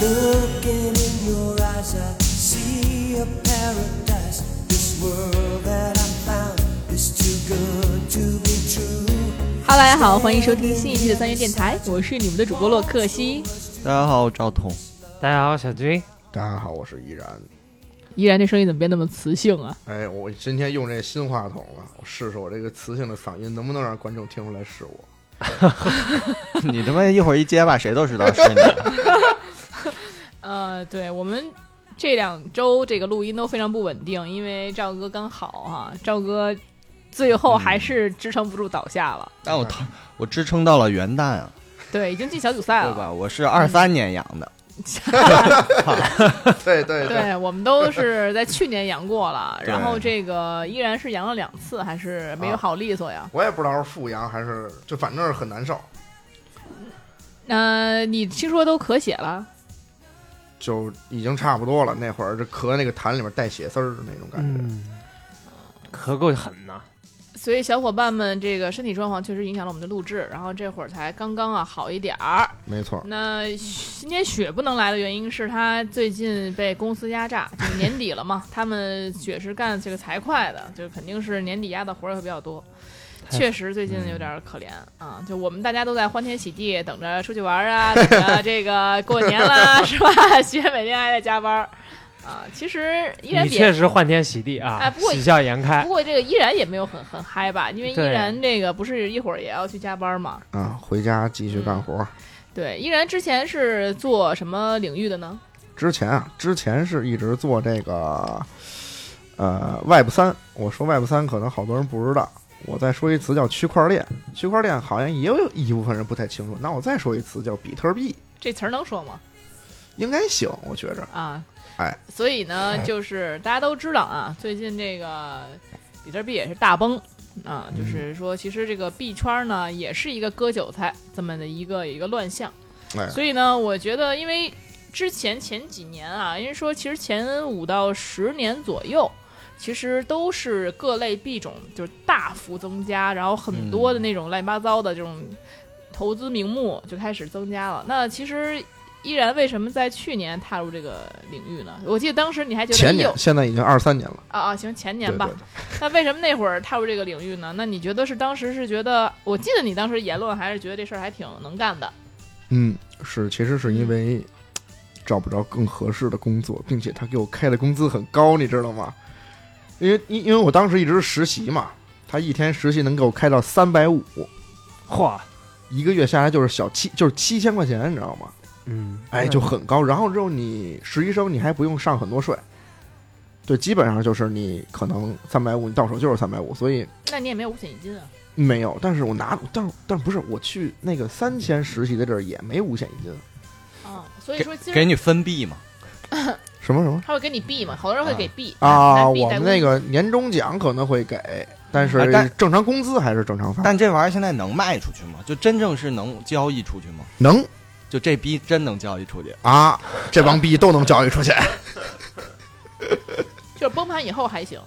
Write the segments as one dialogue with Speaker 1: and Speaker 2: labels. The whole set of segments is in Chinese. Speaker 1: Looking in your eyes, I see a paradise. This world that I found is too good to be true.
Speaker 2: Hello，大家好，欢迎收听新一期的三元电台，我是你们的主播洛克西，
Speaker 3: 大家好，我赵彤。
Speaker 4: 大家好，小军。
Speaker 5: 大家好，我是依然。
Speaker 2: 依然这声音怎么变那么磁性啊？
Speaker 5: 哎，我今天用这新话筒了，我试试我这个磁性的嗓音能不能让观众听出来是我。
Speaker 3: 你他妈一会儿一结巴，谁都知道是你。
Speaker 2: 呃，对我们这两周这个录音都非常不稳定，因为赵哥刚好哈、赵哥最后还是支撑不住倒下了，
Speaker 3: 但我他我支撑到了元旦啊，
Speaker 2: 对，已经进小组赛
Speaker 3: 对
Speaker 2: 了。
Speaker 3: 吧？我是二三年养的，
Speaker 5: 对对对，
Speaker 2: 对，我们都是在去年阳过了，
Speaker 3: 对啊
Speaker 2: 然后这个依然是阳了两次，还是没有好利索呀。
Speaker 5: 我也不知道是复阳还是就反正是很难受，
Speaker 2: 那、你听说都咳血了？
Speaker 5: 就已经差不多了。那会儿就咳那个痰里面带血丝儿的那种感觉。
Speaker 4: 嗯，可够狠呐！
Speaker 2: 所以小伙伴们这个身体状况确实影响了我们的录制，然后这会儿才刚刚啊好一点儿。
Speaker 5: 没错，
Speaker 2: 那今天雪不能来的原因是他最近被公司压榨，就是年底了嘛，他们雪是干这个财会的，就是肯定是年底压的活儿会比较多。
Speaker 4: 太
Speaker 2: 确实最近有点可怜啊，就我们大家都在欢天喜地等着出去玩儿啊，等着这个过年啦， 是吧？雪每天还在加班儿啊，其实依然
Speaker 4: 你
Speaker 2: 比
Speaker 4: 确实欢天喜地
Speaker 2: 哎
Speaker 4: 啊
Speaker 2: 不，过
Speaker 4: 喜笑颜开
Speaker 2: 不。过这个依然也没有很很嗨吧，因为依
Speaker 4: 对
Speaker 2: 然这个不是一会儿也要去加班嘛。
Speaker 5: 啊，回家继续干活。
Speaker 2: 对，依然之前是做什么领域的呢？
Speaker 5: 之前啊，之前是一直做这个，呃，Web 三。我说 Web 三，可能好多人不知道。我再说一词叫区块链，区块链好像也有一部分人不太清楚。那我再说一词叫比特币，
Speaker 2: 这词儿能说吗？
Speaker 5: 应该行，我觉着。
Speaker 2: 啊，
Speaker 5: 哎，
Speaker 2: 所以呢，就是大家都知道啊，最近这个比特币也是大崩啊，
Speaker 5: 嗯
Speaker 2: 就是说，其实这个币圈呢也是一个割韭菜这么的一个一个乱象。
Speaker 5: 哎
Speaker 2: 所以呢，我觉得因为之前前几年啊，因为说其实前五到十年左右。其实都是各类币种就是大幅增加，然后很多的
Speaker 5: 嗯
Speaker 2: 那种乱七八糟的这种投资名目就开始增加了。那其实依然为什么在去年踏入这个领域呢？我记得当时你还觉得
Speaker 5: 前
Speaker 2: 哎
Speaker 5: 年
Speaker 2: 呦，
Speaker 5: 现在已经二三年了。
Speaker 2: 啊啊，行，前年
Speaker 5: 对
Speaker 2: 吧
Speaker 5: 对。对
Speaker 2: 那为什么那会儿踏入这个领域呢？那你觉得是当时是觉得，我记得你当时言论还是觉得这事儿还挺能干的，
Speaker 5: 嗯，是，其实是因为找不着更合适的工作，并且他给我开的工资很高，你知道吗？因为因因为我当时一直是实习嘛，他一天实习能给我开到三百五，
Speaker 4: 嚯，
Speaker 5: 一个月下来就是小七，就是七千块钱，你知道吗？
Speaker 4: 嗯，
Speaker 5: 哎，就很高。然后之后你实习生你还不用上很多税，对，基本上就是你可能三百五，你到手就是三百五，所以
Speaker 2: 那你也没有五险一金啊。
Speaker 5: 没有。但是我拿，但是但不是我去那个三千实习的地儿也没五险一金，
Speaker 2: 啊，所以说其
Speaker 3: 给
Speaker 2: 实
Speaker 3: 你分币嘛？
Speaker 5: 什么什么。
Speaker 2: 他会给你币嘛，好多人会给币
Speaker 5: 啊，
Speaker 2: 拿币
Speaker 5: 我
Speaker 2: 代
Speaker 5: 们
Speaker 2: 工
Speaker 5: 那个年终奖可能会给，但
Speaker 3: 啊
Speaker 5: 是
Speaker 3: 但
Speaker 5: 正常工资还是正常发。
Speaker 3: 但这玩意儿现在能卖出去吗？就真正是能交易出去吗？
Speaker 5: 能
Speaker 3: 就这逼真能交易出去？
Speaker 5: 啊， 这帮逼都能交易出去。
Speaker 2: 就是崩盘以后还行，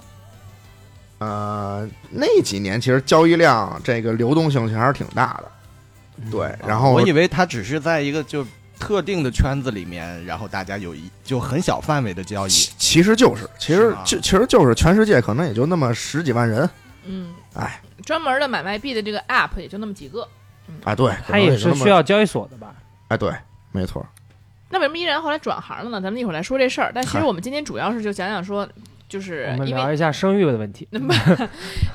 Speaker 5: 呃，那几年其实交易量这个流动性还是挺大的，对。然后
Speaker 3: 我以为它只是在一个就特定的圈子里面，然后大家有一就很小范围的交易。
Speaker 5: 其其实就是，啊其
Speaker 3: 是
Speaker 5: 实
Speaker 3: 吗
Speaker 5: 就其实就是全世界可能也就那么十几万人
Speaker 2: 嗯，
Speaker 5: 哎，
Speaker 2: 专门的买卖币的这个 app 也就那么几个。
Speaker 5: 啊，对，可
Speaker 4: 他
Speaker 5: 能
Speaker 4: 也
Speaker 5: 就是那
Speaker 4: 需
Speaker 5: 么
Speaker 4: 要交易所的吧？
Speaker 5: 哎，对，没错，
Speaker 2: 那为什么依然后来转行了呢？咱们一会儿来说这事儿。但其实
Speaker 5: 嗨
Speaker 2: 我们今天主要是就讲讲说，就是
Speaker 4: 我们
Speaker 2: 因为
Speaker 4: 聊一下生育的问题。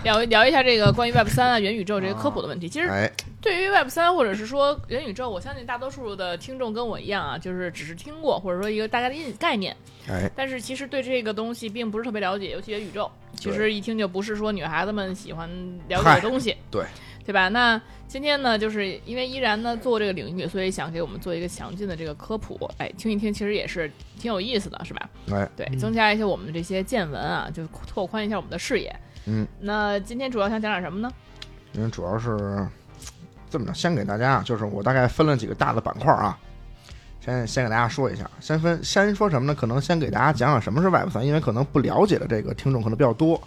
Speaker 2: 聊聊一下这个关于 Web 三啊、元宇宙这个科普的问题。
Speaker 4: 嗯
Speaker 2: 其实
Speaker 5: 哎，
Speaker 2: 对于 Web 三或者是说元宇宙，我相信大多数的听众跟我一样啊，就是只是听过或者说一个大概的印概念，
Speaker 5: 哎，
Speaker 2: 但是其实对这个东西并不是特别了解，尤其元宇宙，其实一听就不是说女孩子们喜欢了解的
Speaker 5: 嗨
Speaker 2: 东西，
Speaker 5: 对
Speaker 2: 对吧？那今天呢，就是因为依然呢做这个领域，所以想给我们做一个详尽的这个科普，哎，听一听其实也是挺有意思的，是吧？
Speaker 5: 哎，
Speaker 2: 对，
Speaker 4: 嗯
Speaker 2: 增加一些我们这些见闻啊，就拓宽一下我们的视野。
Speaker 5: 嗯，
Speaker 2: 那今天主要想讲点什么呢？
Speaker 5: 因为主要是这么着，先给大家啊，就是我大概分了几个大的板块啊，先先给大家说一下，先分先说什么呢？可能先给大家讲讲什么是 Web 三，因为可能不了解的这个听众可能比较多。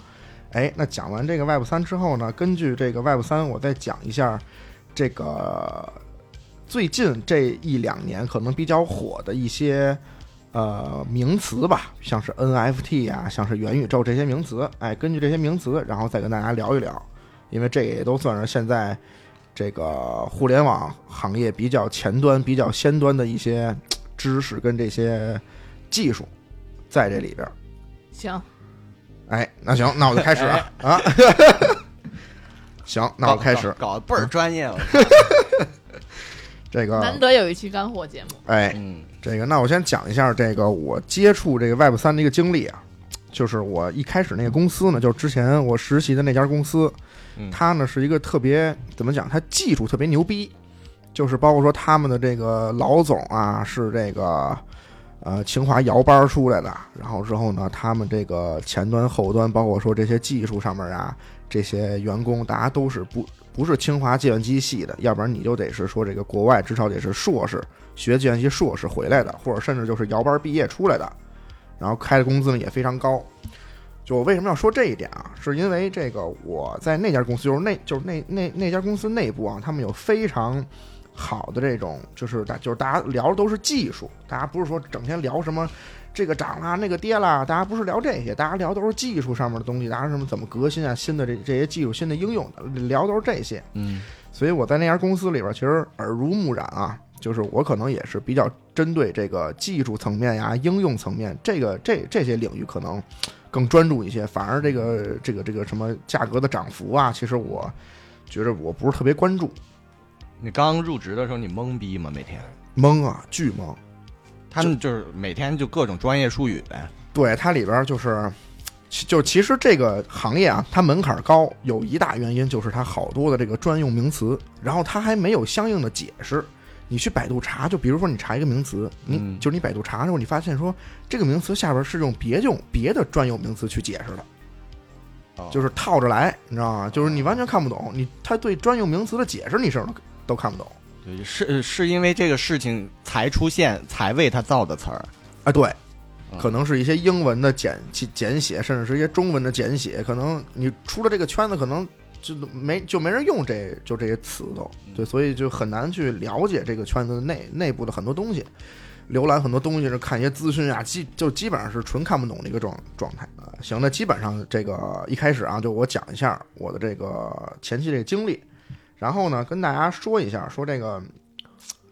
Speaker 5: 哎，那讲完这个 Web 三之后呢，根据这个 Web 三，我再讲一下这个最近这一两年可能比较火的一些呃名词吧，像是 NFT 啊，像是元宇宙这些名词，哎，根据这些名词，然后再跟大家聊一聊，因为这也都算是现在这个互联网行业比较前端、比较先端的一些嘖知识跟这些技术在这里边儿。
Speaker 2: 行，
Speaker 5: 哎，那行，那我就开始啊、
Speaker 2: 哎
Speaker 5: 啊， 行， 那我开始
Speaker 3: 搞搞得倍儿专业了。
Speaker 5: 这
Speaker 2: 难
Speaker 5: 个，
Speaker 2: 得有一期干货节目，
Speaker 5: 哎，
Speaker 3: 嗯
Speaker 5: 这个，那我先讲一下这个我接触这个 Web 三的一个经历啊，就是我一开始那个公司呢，就是之前我实习的那家公司，
Speaker 3: 嗯
Speaker 5: 它呢是一个特别怎么讲，它技术特别牛逼，就是包括说他们的这个老总啊是这个呃清华摇班出来的，然后之后呢，他们这个前端后端，包括说这些技术上面啊，这些员工大家都是不不是清华计算机系的，要不然你就得是说这个国外至少得是硕士学计算机硕士回来的，或者甚至就是摇班毕业出来的，然后开的工资呢也非常高。就我为什么要说这一点啊？是因为这个我在那家公司，就是那就是那那那家公司内部啊，他们有非常好的这种，就是大就是大家聊的都是技术，大家不是说整天聊什么这个涨啦那个跌啦，大家不是聊这些，大家聊都是技术上面的东西，大家什么怎么革新啊，新的这这些技术新的应用，聊都是这些。
Speaker 3: 嗯
Speaker 5: 所以我在那家公司里边，其实耳濡目染啊，就是我可能也是比较针对这个技术层面呀、应用层面这个这这些领域可能更专注一些，反而这个这个这个什么价格的涨幅啊，其实我觉着我不是特别关注，
Speaker 3: 你刚入职的时候你懵逼吗？每天
Speaker 5: 懵啊，巨懵。
Speaker 3: 他们就是每天就各种专业术语呗。
Speaker 5: 对，它里边就是，其就其实这个行业啊，它门槛高，有一大原因就是它好多的这个专用名词，然后它还没有相应的解释。你去百度查，就比如说你查一个名词，你、
Speaker 3: 嗯
Speaker 5: 就是你百度查的时候，你发现说这个名词下边是用别用别的专有名词去解释的，
Speaker 3: 哦
Speaker 5: 就是套着来，你知道吗？就是你完全看不懂，你他对专用名词的解释你是都都看不懂。
Speaker 3: 对是呃是因为这个事情才出现，才为他造的词儿。
Speaker 5: 啊，对，
Speaker 3: 嗯
Speaker 5: 可能是一些英文的简简简写，甚至是一些中文的简写，可能你出了这个圈子，可能就没就没人用这就这些词都对，所以就很难去了解这个圈子内内部的很多东西，浏览很多东西是看一些资讯啊，基就基本上是纯看不懂的一个状状态。呃行，那基本上这个一开始啊，就我讲一下我的这个前期这个经历，然后呢跟大家说一下，说这个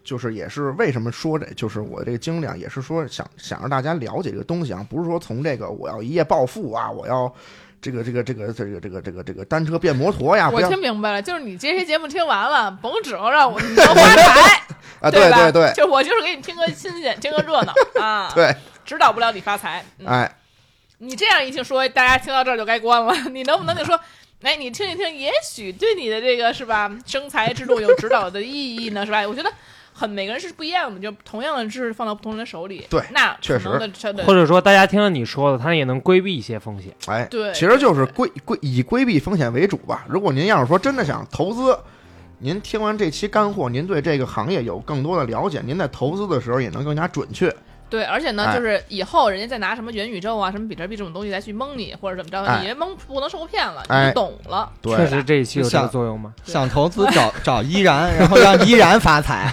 Speaker 5: 就是也是为什么说这就是我这个经历啊，也是说想想让大家了解这个东西啊，不是说从这个我要一夜暴富啊，我要这个这个这个这个这个这个这个单车变摩托啊呀，不
Speaker 2: 我
Speaker 5: 要
Speaker 2: 听明白了，就是你这期节目听完了，甭指望 让我你能发财，
Speaker 5: 啊，
Speaker 2: 对吧
Speaker 5: 对对
Speaker 2: 就我就是给你听个新鲜，听个热闹啊，
Speaker 5: 对，
Speaker 2: 指导不了你发财。嗯
Speaker 5: 哎，
Speaker 2: 你这样一听说，哎大家听到这儿就该关了。 你能不能就说，哎，你听一听，也许对你的这个是吧，生财之路有指导的意义呢，是吧？我觉得很每个人是不一样的，就同样的知识放到不同人手里，
Speaker 5: 对
Speaker 2: 那
Speaker 5: 确
Speaker 2: 可能的真的
Speaker 4: 或者说大家听了你说的，他也能规避一些风险。
Speaker 5: 哎，
Speaker 2: 对
Speaker 5: 其实就是规规以规避风险为主吧。如果您要是说真的想投资，您听完这期干货，您对这个行业有更多的了解，您在投资的时候也能更加准确。
Speaker 2: 对，而且呢，
Speaker 5: 哎
Speaker 2: 就是以后人家再拿什么元宇宙啊、什么比特币这种东西来去蒙你，或者怎么着，
Speaker 5: 哎
Speaker 2: 你人蒙不能受过骗了，你
Speaker 5: 哎
Speaker 2: 就懂了。
Speaker 4: 确实这一期有这
Speaker 3: 像
Speaker 4: 个作用吗？
Speaker 3: 想投资找找依然，然后让依然发财。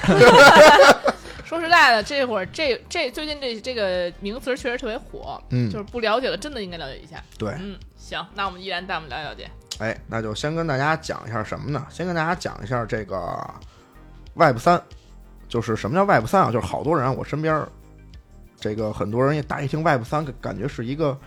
Speaker 2: 说实在的，这会儿这这最近这这个名词确实特别火，
Speaker 5: 嗯
Speaker 2: 就是不了解的真的应该了解一下。
Speaker 5: 对
Speaker 2: 嗯，行，那我们依然带我们了解。
Speaker 5: 哎，那就先跟大家讲一下什么呢？先跟大家讲一下这个 Web 三，就是什么叫 Web 三啊？就是好多人啊，我身边儿这个很多人也大家一听 Web 三，感觉是一个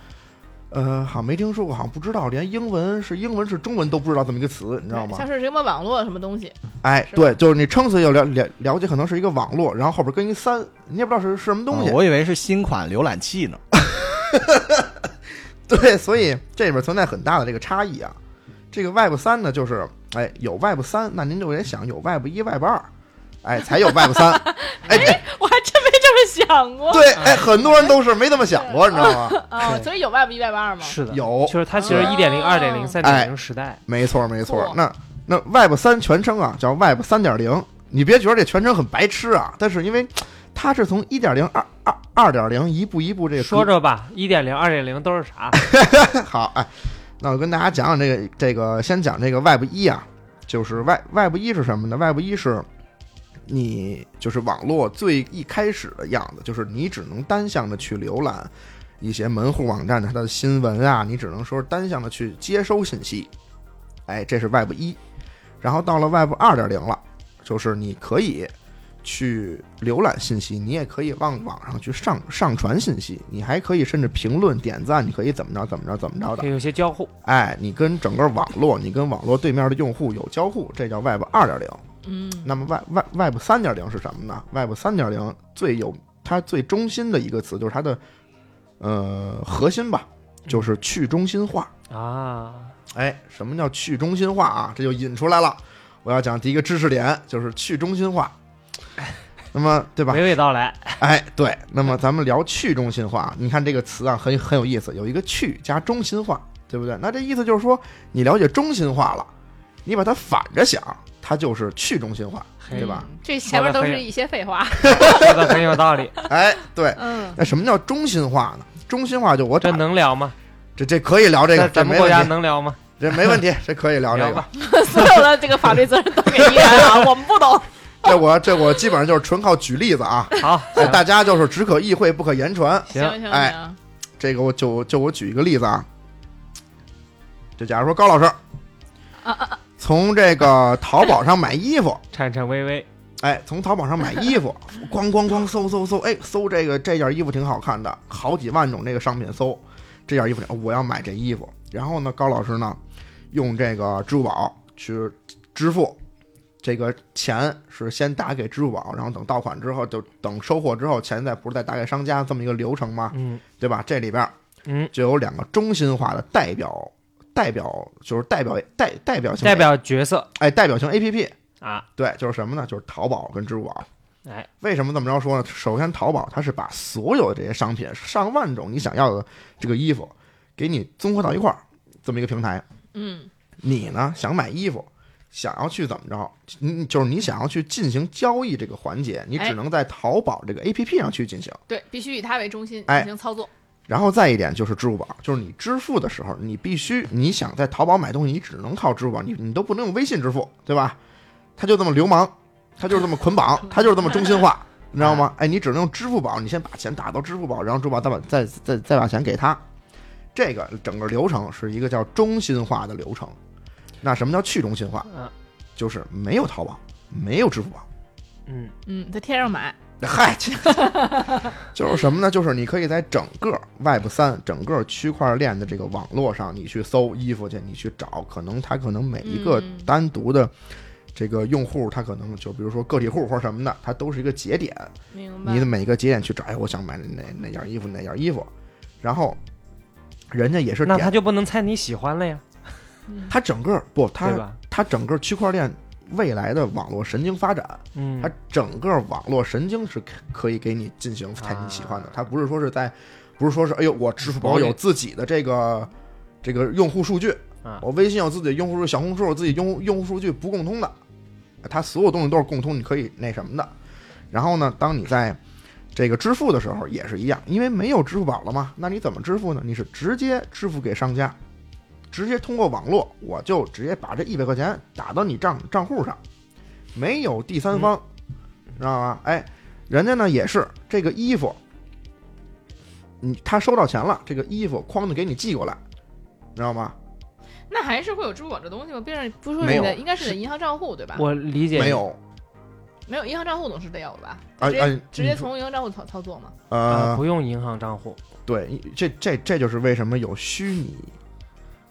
Speaker 5: 呃，好像没听说过，好像不知道，连英文是英文是中文都不知道这么一个词，你知道吗？
Speaker 2: 像是什么网络什么东西，
Speaker 5: 哎，
Speaker 2: 是吧
Speaker 5: 对，就是你撑死要了了了解，可能是一个网络，然后后边跟一三，你也不知道是是什么东西。
Speaker 3: 哦我以为是新款浏览器呢。
Speaker 5: 对，所以这里边存在很大的这个差异啊。这个 Web 三呢，就是哎有 Web 三，那您就得想有 Web 一、Web 二，哎才有 Web 三。哎，
Speaker 2: 我还真没这么想过。
Speaker 5: 对，哎，很多人都是没这么想过，你知道吗？
Speaker 2: 啊，所以有外部一外部二吗？
Speaker 4: 是的，
Speaker 5: 有哎
Speaker 4: 就是它其实
Speaker 2: 嗯
Speaker 4: 一点零、二点零、三点零时代，
Speaker 5: 没错，没错
Speaker 2: 嚯。
Speaker 5: 那那 Web 三全称啊叫 Web 三点零，你别觉得这全称很白痴啊，但是因为它是从一点零、二二二点零一步一步这个
Speaker 4: 说着吧，一点零、二点零都是啥？
Speaker 5: 好，哎，那我跟大家讲讲这个这个，先讲这个 Web 一啊，就是 Web Web 一是什么呢？Web 一是你就是网络最一开始的样子，就是你只能单向的去浏览一些门户网站的它的新闻啊，你只能说是单向的去接收信息。哎，这是 Web 一，然后到了 Web 二点零了，就是你可以去浏览信息，你也可以往网上去上上传信息，你还可以甚至评论、点赞，你可以怎么着怎么着怎么着的
Speaker 4: 可。以有些交互。
Speaker 5: 哎，你跟整个网络，你跟网络对面的用户有交互，这叫 Web 二点零。
Speaker 2: 嗯，
Speaker 5: 那么 Web Web Web 三点零是什么呢？Web 三点零最有它最中心的一个词就是它的呃核心吧，就是去中心化。
Speaker 4: 啊，
Speaker 5: 哎，什么叫去中心化啊？这就引出来了。我要讲第一个知识点就是去中心化。那么，对吧
Speaker 4: 娓？娓道来，
Speaker 5: 哎，对。那么咱们聊去中心化，你看这个词啊，很很有意思，有一个去加中心化，对不对？那这意思就是说，你了解中心化了，你把它反着想，它就是去中心化，对吧？
Speaker 2: 嗯？这前面都是一些废话。
Speaker 4: 说的很有道 理，
Speaker 5: 哎，对。
Speaker 2: 嗯，
Speaker 5: 那什么叫中心化呢？中心化就我
Speaker 4: 这
Speaker 5: 找
Speaker 4: 能聊吗？
Speaker 5: 这这可以聊这
Speaker 4: 在
Speaker 5: 个，这
Speaker 4: 咱们
Speaker 5: 没
Speaker 4: 国家
Speaker 5: 问题，
Speaker 4: 能聊吗？
Speaker 5: 这没问题，这可以聊这
Speaker 4: 聊
Speaker 5: 个
Speaker 4: 吧。，
Speaker 2: 所有的这个法律责任都给依然 啊，我们不懂。
Speaker 5: 这我这我基本上就是纯靠举例 子啊，
Speaker 4: 好，
Speaker 5: 哎，
Speaker 4: 行
Speaker 5: 大家就是只可意会不可言传。
Speaker 4: 行
Speaker 2: 行
Speaker 5: 哎
Speaker 2: 行，
Speaker 5: 这个我就就我举一个例子啊，就假如说高老师
Speaker 2: 啊啊，
Speaker 5: 从这个淘宝上买衣服，
Speaker 4: 颤颤巍巍，
Speaker 5: 哎，从淘宝上买衣服，咣咣咣搜搜搜，哎，搜这个这件衣服挺好看的，好几万种这个商品搜，这件衣服挺我要买这衣服。然后呢，高老师呢，用这个支付宝去支付，这个钱是先打给支付宝，然后等到款之后，就等收货之后，钱再不是再打给商家这么一个流程吗？
Speaker 4: 嗯
Speaker 5: 对吧？这里边
Speaker 4: 嗯，
Speaker 5: 就有两个中心化的代表，代表就是代表代代表性
Speaker 4: 代表角色
Speaker 5: 哎代表性 A P P，
Speaker 4: 啊，
Speaker 5: 对，就是什么呢？就是淘宝跟支付宝。
Speaker 4: 哎，
Speaker 5: 为什么这么着说呢？首先，淘宝它是把所有的这些商品，上万种你想要的这个衣服，给你综合到一块儿，这么一个平台。
Speaker 2: 嗯
Speaker 5: 你呢，想买衣服，想要去怎么着？你就是你想要去进行交易这个环节，你
Speaker 2: 哎
Speaker 5: 只能在淘宝这个 A P P 上去进行。
Speaker 2: 对，必须以它为中心
Speaker 5: 哎
Speaker 2: 进行操作。
Speaker 5: 然后再一点就是支付宝，就是你支付的时候，你必须你想在淘宝买东西，你只能靠支付宝，你你都不能用微信支付，对吧？他就这么流氓，他就是这么捆绑， 他就是这么中心化，你知道吗？哎，你只能用支付宝，你先把钱打到支付宝，然后支付宝再把再再再把钱给他，这个整个流程是一个叫中心化的流程。那什么叫去中心化？
Speaker 4: 嗯
Speaker 5: 就是没有淘宝，没有支付宝。
Speaker 4: 嗯，
Speaker 2: 嗯，在天上买。
Speaker 5: 嗨，这就是什么呢？就是你可以在整个 Web 三整个区块链的这个网络上，你去搜衣服去，你去找，可能它可能每一个
Speaker 2: 嗯
Speaker 5: 单独的这个用户，它可能就比如说个体户或者什么的，它都是一个节点，
Speaker 2: 明白
Speaker 5: 你的。每个节点去找，哎，我想买哪哪件衣服，哪件衣服，然后人家也是
Speaker 4: 那他
Speaker 5: 点，
Speaker 4: 就不能猜你喜欢了呀，
Speaker 2: 嗯
Speaker 5: 它整个不，它
Speaker 4: 对吧？
Speaker 5: 它整个区块链未来的网络神经发展，
Speaker 4: 嗯
Speaker 5: 它，整个网络神经是可可以给你进行猜你喜欢的
Speaker 4: 啊，
Speaker 5: 它不是说是在，不是说是哎呦我支付宝有自己的这个这个用户数据
Speaker 4: 啊，
Speaker 5: 我微信有自己的用户数据，小红书有自己用户用户数据不共通的，它所有东西都是共通，你可以那什么的。然后呢，当你在这个支付的时候也是一样，因为没有支付宝了嘛，那你怎么支付呢？你是直接支付给商家，直接通过网络，我就直接把这一百块钱打到你账账户上，没有第三方，知道吗？哎，人家呢也是这个衣服，你他收到钱了，这个衣服哐的给你寄过来，知道吗？
Speaker 2: 那还是会有支付宝这东西吗？毕竟不是说
Speaker 5: 没
Speaker 2: 你
Speaker 5: 有
Speaker 2: 的，应该是你的银行账户对吧？
Speaker 4: 我理解
Speaker 5: 没，有，
Speaker 2: 没有银行账户总是得有吧？
Speaker 5: 哎
Speaker 2: 直接、
Speaker 5: 哎
Speaker 2: 直接
Speaker 5: 你说
Speaker 2: 从银行账户操操作嘛。
Speaker 4: 啊，
Speaker 5: 呃，
Speaker 4: 不用银行账户，
Speaker 5: 对，这这这就是为什么有虚拟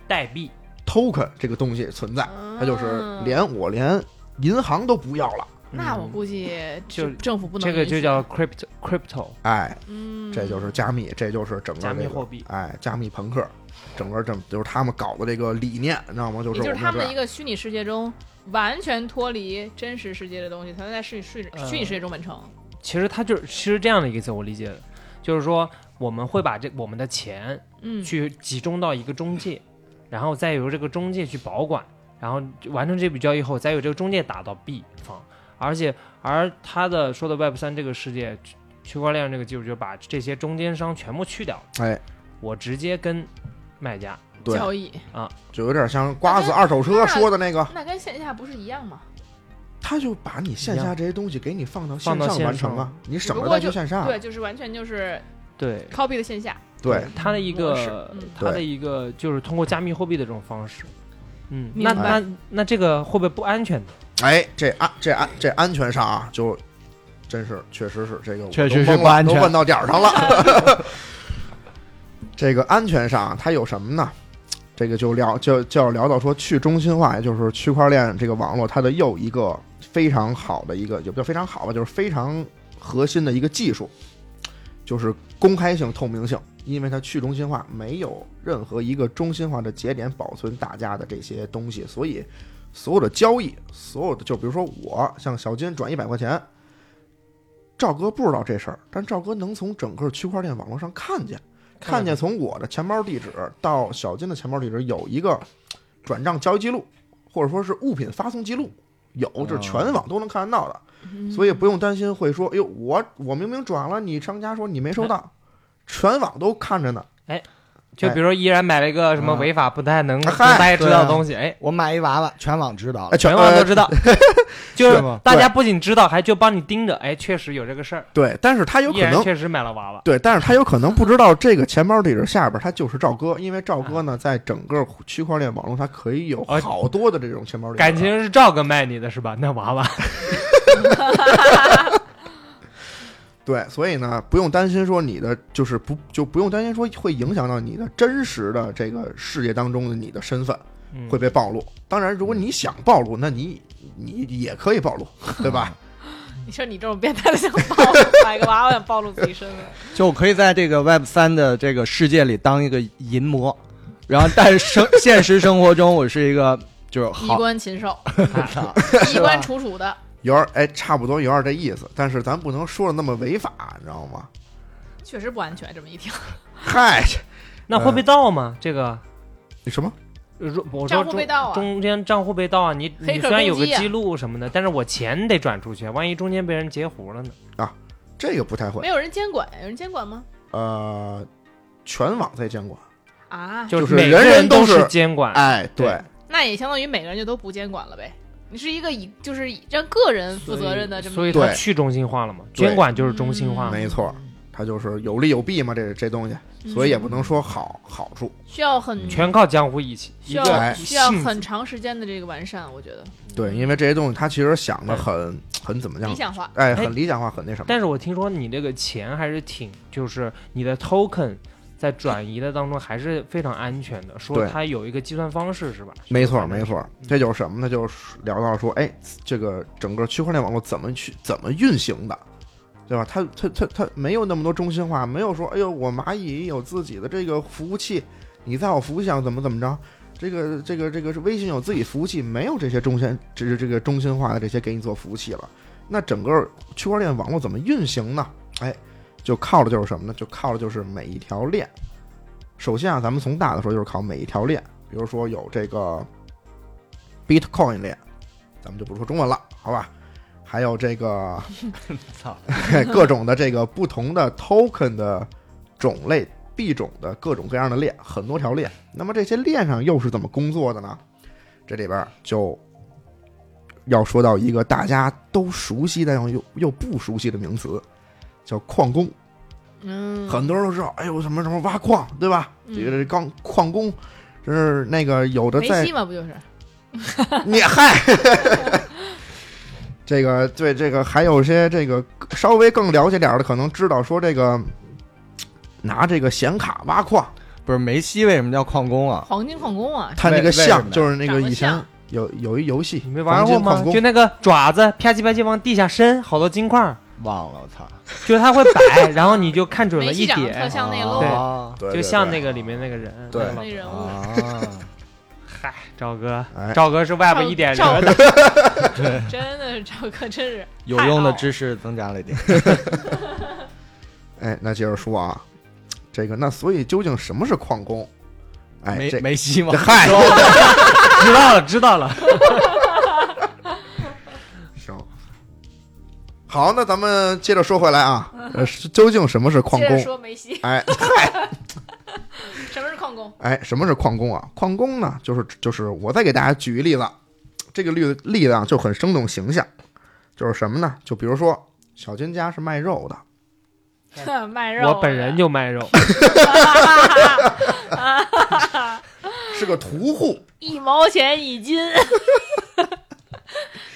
Speaker 4: 代币
Speaker 5: token 这个东西存在，它就是
Speaker 2: 嗯
Speaker 5: 连我连银行都不要了，
Speaker 2: 那我
Speaker 4: 嗯
Speaker 2: 估计
Speaker 4: 就
Speaker 2: 政府不能
Speaker 4: 这个
Speaker 2: 允
Speaker 4: 就
Speaker 2: 许
Speaker 4: 叫 crypto crypto
Speaker 5: 哎，
Speaker 2: 嗯，
Speaker 5: 这就是加密，这就是整个
Speaker 4: 加密
Speaker 5: 这个
Speaker 4: 货币
Speaker 5: 哎，加密朋克，整个这就是他们搞的这个理念，你知道吗？就
Speaker 2: 也
Speaker 5: 是
Speaker 2: 就是
Speaker 5: 我
Speaker 2: 他们的
Speaker 5: 这
Speaker 2: 一个虚拟世界中完全脱离真实世界的东西，才能在虚拟虚拟
Speaker 4: 呃
Speaker 2: 虚拟世界中完成。
Speaker 4: 其实它就是其实这样的一个词，我理解的，就是说我们会把这我们的钱
Speaker 2: 嗯，
Speaker 4: 去集中到一个中介，然后再由这个中介去保管，然后完成这笔交易后，再由这个中介打到 B 方，而且而它的说的 Web 三这个世界区区块链这个技术就把这些中间商全部去掉了，
Speaker 5: 哎，
Speaker 4: 我直接跟卖家，
Speaker 5: 对
Speaker 2: 交易
Speaker 5: 就有点像瓜子二手车说的那个，
Speaker 2: 那跟线下不是一样吗？
Speaker 5: 他就把你线
Speaker 4: 一
Speaker 5: 下
Speaker 4: 样
Speaker 5: 这些东西给你放到线
Speaker 4: 放到
Speaker 5: 上
Speaker 4: 线
Speaker 5: 完成
Speaker 4: 上
Speaker 5: 啊，你省
Speaker 2: 不
Speaker 5: 着
Speaker 2: 过
Speaker 5: 再
Speaker 2: 就
Speaker 5: 去线啊下
Speaker 2: 对，
Speaker 5: 了。
Speaker 2: 就是完全就是
Speaker 4: 对
Speaker 2: copy 的线下，
Speaker 5: 对，
Speaker 4: 它的一
Speaker 2: 模式
Speaker 4: 个
Speaker 2: 嗯
Speaker 4: 它的
Speaker 5: 对
Speaker 4: 一个就是通过加密货币的这种方式，嗯，
Speaker 2: 明
Speaker 4: 那
Speaker 5: 白
Speaker 4: 那那这个会不会不安全呢？
Speaker 5: 哎，这安这安这安全上啊，就真是确实是这个我
Speaker 3: 确
Speaker 5: 都
Speaker 3: 实是
Speaker 5: 懵了
Speaker 3: 不安全
Speaker 5: 都问到点儿上了。 这个安全上啊它有什么呢？这个就聊就就要聊到说去中心化，也就是区块链这个网络它的又一个非常好的一个，也不叫非常好吧，就是非常核心的一个技术，就是公开性、透明性。因为它去中心化，没有任何一个中心化的节点保存大家的这些东西，所以所有的交易，所有的就比如说我向小金转一百块钱，赵哥不知道这事儿，但赵哥能从整个区块链网络上看见，看见从我的钱包地址到小金的钱包地址有一个转账交易记录，或者说是物品发送记录，有，这是全网都能看得到的。
Speaker 2: 嗯
Speaker 5: 所以不用担心会说，哎呦，我我明明转了，你商家说你没收到，全网都看着呢。
Speaker 4: 就比如说依然买了一个什么
Speaker 6: 嗯
Speaker 4: 违法不太能
Speaker 5: 嗨
Speaker 4: 让大家知道的
Speaker 6: 对啊
Speaker 4: 东西，哎，
Speaker 6: 我买一娃娃，全网知道
Speaker 5: 哎
Speaker 6: 了。
Speaker 4: 啊
Speaker 5: 全
Speaker 4: 全网都知道，呃就是
Speaker 6: 吗
Speaker 4: 大家不仅知道，还就帮你盯着，哎，确实有这个事儿，
Speaker 5: 对，但是他有
Speaker 4: 依
Speaker 5: 可
Speaker 4: 然
Speaker 5: 能
Speaker 4: 确实买了娃娃，
Speaker 5: 对，但是他有可能不知道这个钱包地址下边他就是赵哥，因为赵哥
Speaker 4: 啊
Speaker 5: 呢，在整个区块链网络，他可以有
Speaker 4: 哦
Speaker 5: 好多的这种钱包地址。
Speaker 4: 感情是赵哥卖你的是吧？那娃娃，
Speaker 5: 对，所以呢，不用担心说你的就是不就不用担心说会影响到你的真实的这个世界当中的你的身份
Speaker 4: 嗯
Speaker 5: 会被暴露。当然，如果你想暴露，那你你也可以暴露，对吧？
Speaker 2: 你说你这种变态的想暴露，买个娃娃想暴露自己身 份，
Speaker 3: 就可以在这个 Web 三的这个世界里当一个淫魔，然后但是生 现实生活中我是一个就是
Speaker 2: 衣
Speaker 3: 好
Speaker 2: 冠禽 兽，衣冠楚楚的，
Speaker 5: 有点哎，差不多有点这意思，但是咱不能说的那么违法，你知道吗？
Speaker 2: 确实不安全。这么一听，
Speaker 5: 嗨，
Speaker 4: 那
Speaker 5: 呃
Speaker 4: 会被盗吗？这个
Speaker 5: 你什么？
Speaker 4: 如我
Speaker 2: 账
Speaker 4: 说
Speaker 2: 户
Speaker 4: 中
Speaker 2: 被盗啊
Speaker 4: 中间账户被盗啊，你
Speaker 2: 黑
Speaker 4: 你
Speaker 2: 客
Speaker 4: 虽然有
Speaker 2: 攻
Speaker 4: 个
Speaker 2: 击啊
Speaker 4: 记录什么的，但是我钱得转出去，万一中间被人截胡 了呢？
Speaker 5: 这个不太
Speaker 2: 没
Speaker 5: 会，
Speaker 2: 有人监管，有人监管吗？
Speaker 5: 呃，全网在监管。
Speaker 2: 啊，
Speaker 4: 就是
Speaker 5: 是
Speaker 4: 每
Speaker 5: 人
Speaker 4: 个
Speaker 5: 人
Speaker 4: 都
Speaker 5: 都是
Speaker 4: 监管，
Speaker 5: 哎，对
Speaker 4: 对，
Speaker 2: 那也相当于每个人就都不监管了呗。你是一个以就是以让个人负责任的这么
Speaker 4: 所以
Speaker 2: 一
Speaker 4: 它
Speaker 5: 对
Speaker 4: 去中心化了嘛，
Speaker 5: 对
Speaker 4: 监管就是中心
Speaker 2: 嗯
Speaker 4: 化嘛，
Speaker 5: 没错，它就是有利有弊嘛，这这东西，
Speaker 2: 个，
Speaker 5: 所以也
Speaker 2: 嗯
Speaker 5: 不嗯能说好好处。
Speaker 2: 需要很
Speaker 4: 全靠江湖义气，
Speaker 2: 需
Speaker 4: 一个
Speaker 2: 要
Speaker 5: 哎
Speaker 2: 需要
Speaker 4: 性
Speaker 2: 很长时间的这个完善，我觉得
Speaker 5: 对，因为这些东西它其实想的很很怎么
Speaker 2: 嗯理
Speaker 5: 样，
Speaker 2: 想化。
Speaker 5: 哎，
Speaker 4: 哎
Speaker 5: 很理想化，很那什么。
Speaker 4: 但是我听说你这个钱还是挺，就是你的 token 在转移的当中还是非常安全的，说
Speaker 5: 对
Speaker 4: 它有一个计算方式是吧？嗯
Speaker 5: 没错，
Speaker 4: 反正
Speaker 5: 没错，这就是什么呢？就是聊到说，哎，这个整个区块链网络怎么去怎么运行的，对吧？它它它它没有那么多中心化，没有说，哎呦，我蚂蚁有自己的这个服务器，你在我服务器上怎么怎么着？这个这个这个是微信有自己服务器，没有这些中心，这是这个中心化的这些给你做服务器了。那整个区块链网络怎么运行呢？哎，就靠的就是什么呢？就靠的就是每一条链。首先啊，咱们从大的说，就是靠每一条链，比如说有这个 Bitcoin 链，咱们就不说中文了，好吧？还有这个
Speaker 3: 操
Speaker 5: 各种的这个不同的 token 的种类、币种的各种各样的链，很多条链。那么这些链上又是怎么工作的呢？这里边儿就要说到一个大家都熟悉但又又不熟悉的名词，叫矿工。
Speaker 2: 嗯，
Speaker 5: 很多人都知道，哎呦，什么什么挖矿，对吧？
Speaker 2: 嗯
Speaker 5: 这个这钢矿工，这是那个有的
Speaker 2: 梅
Speaker 5: 在
Speaker 2: 西嘛，不就是？
Speaker 5: 你嗨， 这个对这个还有些这个稍微更了解点儿的，可能知道说这个拿这个显卡挖矿，
Speaker 3: 不是梅西为什么叫矿工啊？
Speaker 2: 黄金矿工啊，
Speaker 5: 它那
Speaker 3: 为
Speaker 5: 个
Speaker 3: 为什
Speaker 5: 像
Speaker 3: 么呀
Speaker 5: 就是那个
Speaker 2: 长得
Speaker 5: 以前
Speaker 2: 像
Speaker 5: 有有一游戏，
Speaker 4: 你没玩
Speaker 5: 黄
Speaker 4: 过
Speaker 5: 金
Speaker 4: 吗
Speaker 5: 矿？工
Speaker 4: 就那个爪子啪叽啪叽往地下伸，好多金块儿，
Speaker 3: 忘了，我操！
Speaker 4: 就是它会 摆，然后你就看准了
Speaker 2: 梅西
Speaker 4: 一
Speaker 2: 长得特
Speaker 4: 点，
Speaker 2: 像那
Speaker 4: 对
Speaker 2: logo
Speaker 3: 哦
Speaker 5: 对
Speaker 4: 就像那个里面那个人。
Speaker 5: 对
Speaker 4: 那
Speaker 2: 那
Speaker 4: 个
Speaker 2: 人
Speaker 3: 啊
Speaker 2: 物，
Speaker 4: 嗨，赵哥，
Speaker 5: 哎
Speaker 4: 赵哥是外边一点零的，
Speaker 2: 真的是赵哥，真 是
Speaker 3: 有用的知识增加了一点。
Speaker 5: 哎，那接着说啊，这个那所以究竟什么是矿工？哎，
Speaker 3: 梅
Speaker 5: 这
Speaker 3: 梅西吗？
Speaker 5: 嗨，
Speaker 4: 知道了，知道了。
Speaker 5: 行。好，那咱们接着说回来啊， 呃，是究竟什么是矿
Speaker 2: 接着
Speaker 5: 工？
Speaker 2: 说梅西，
Speaker 5: 哎，
Speaker 2: 什么是矿工？
Speaker 5: 哎，什么是矿工啊？矿工呢，就是就是我再给大家举一例子，这个例例子啊就很生动形象，就是什么呢？就比如说小金家是卖肉的，
Speaker 2: 卖肉的，
Speaker 4: 我本人就卖肉，
Speaker 5: 是个屠户。
Speaker 2: 一毛钱一斤。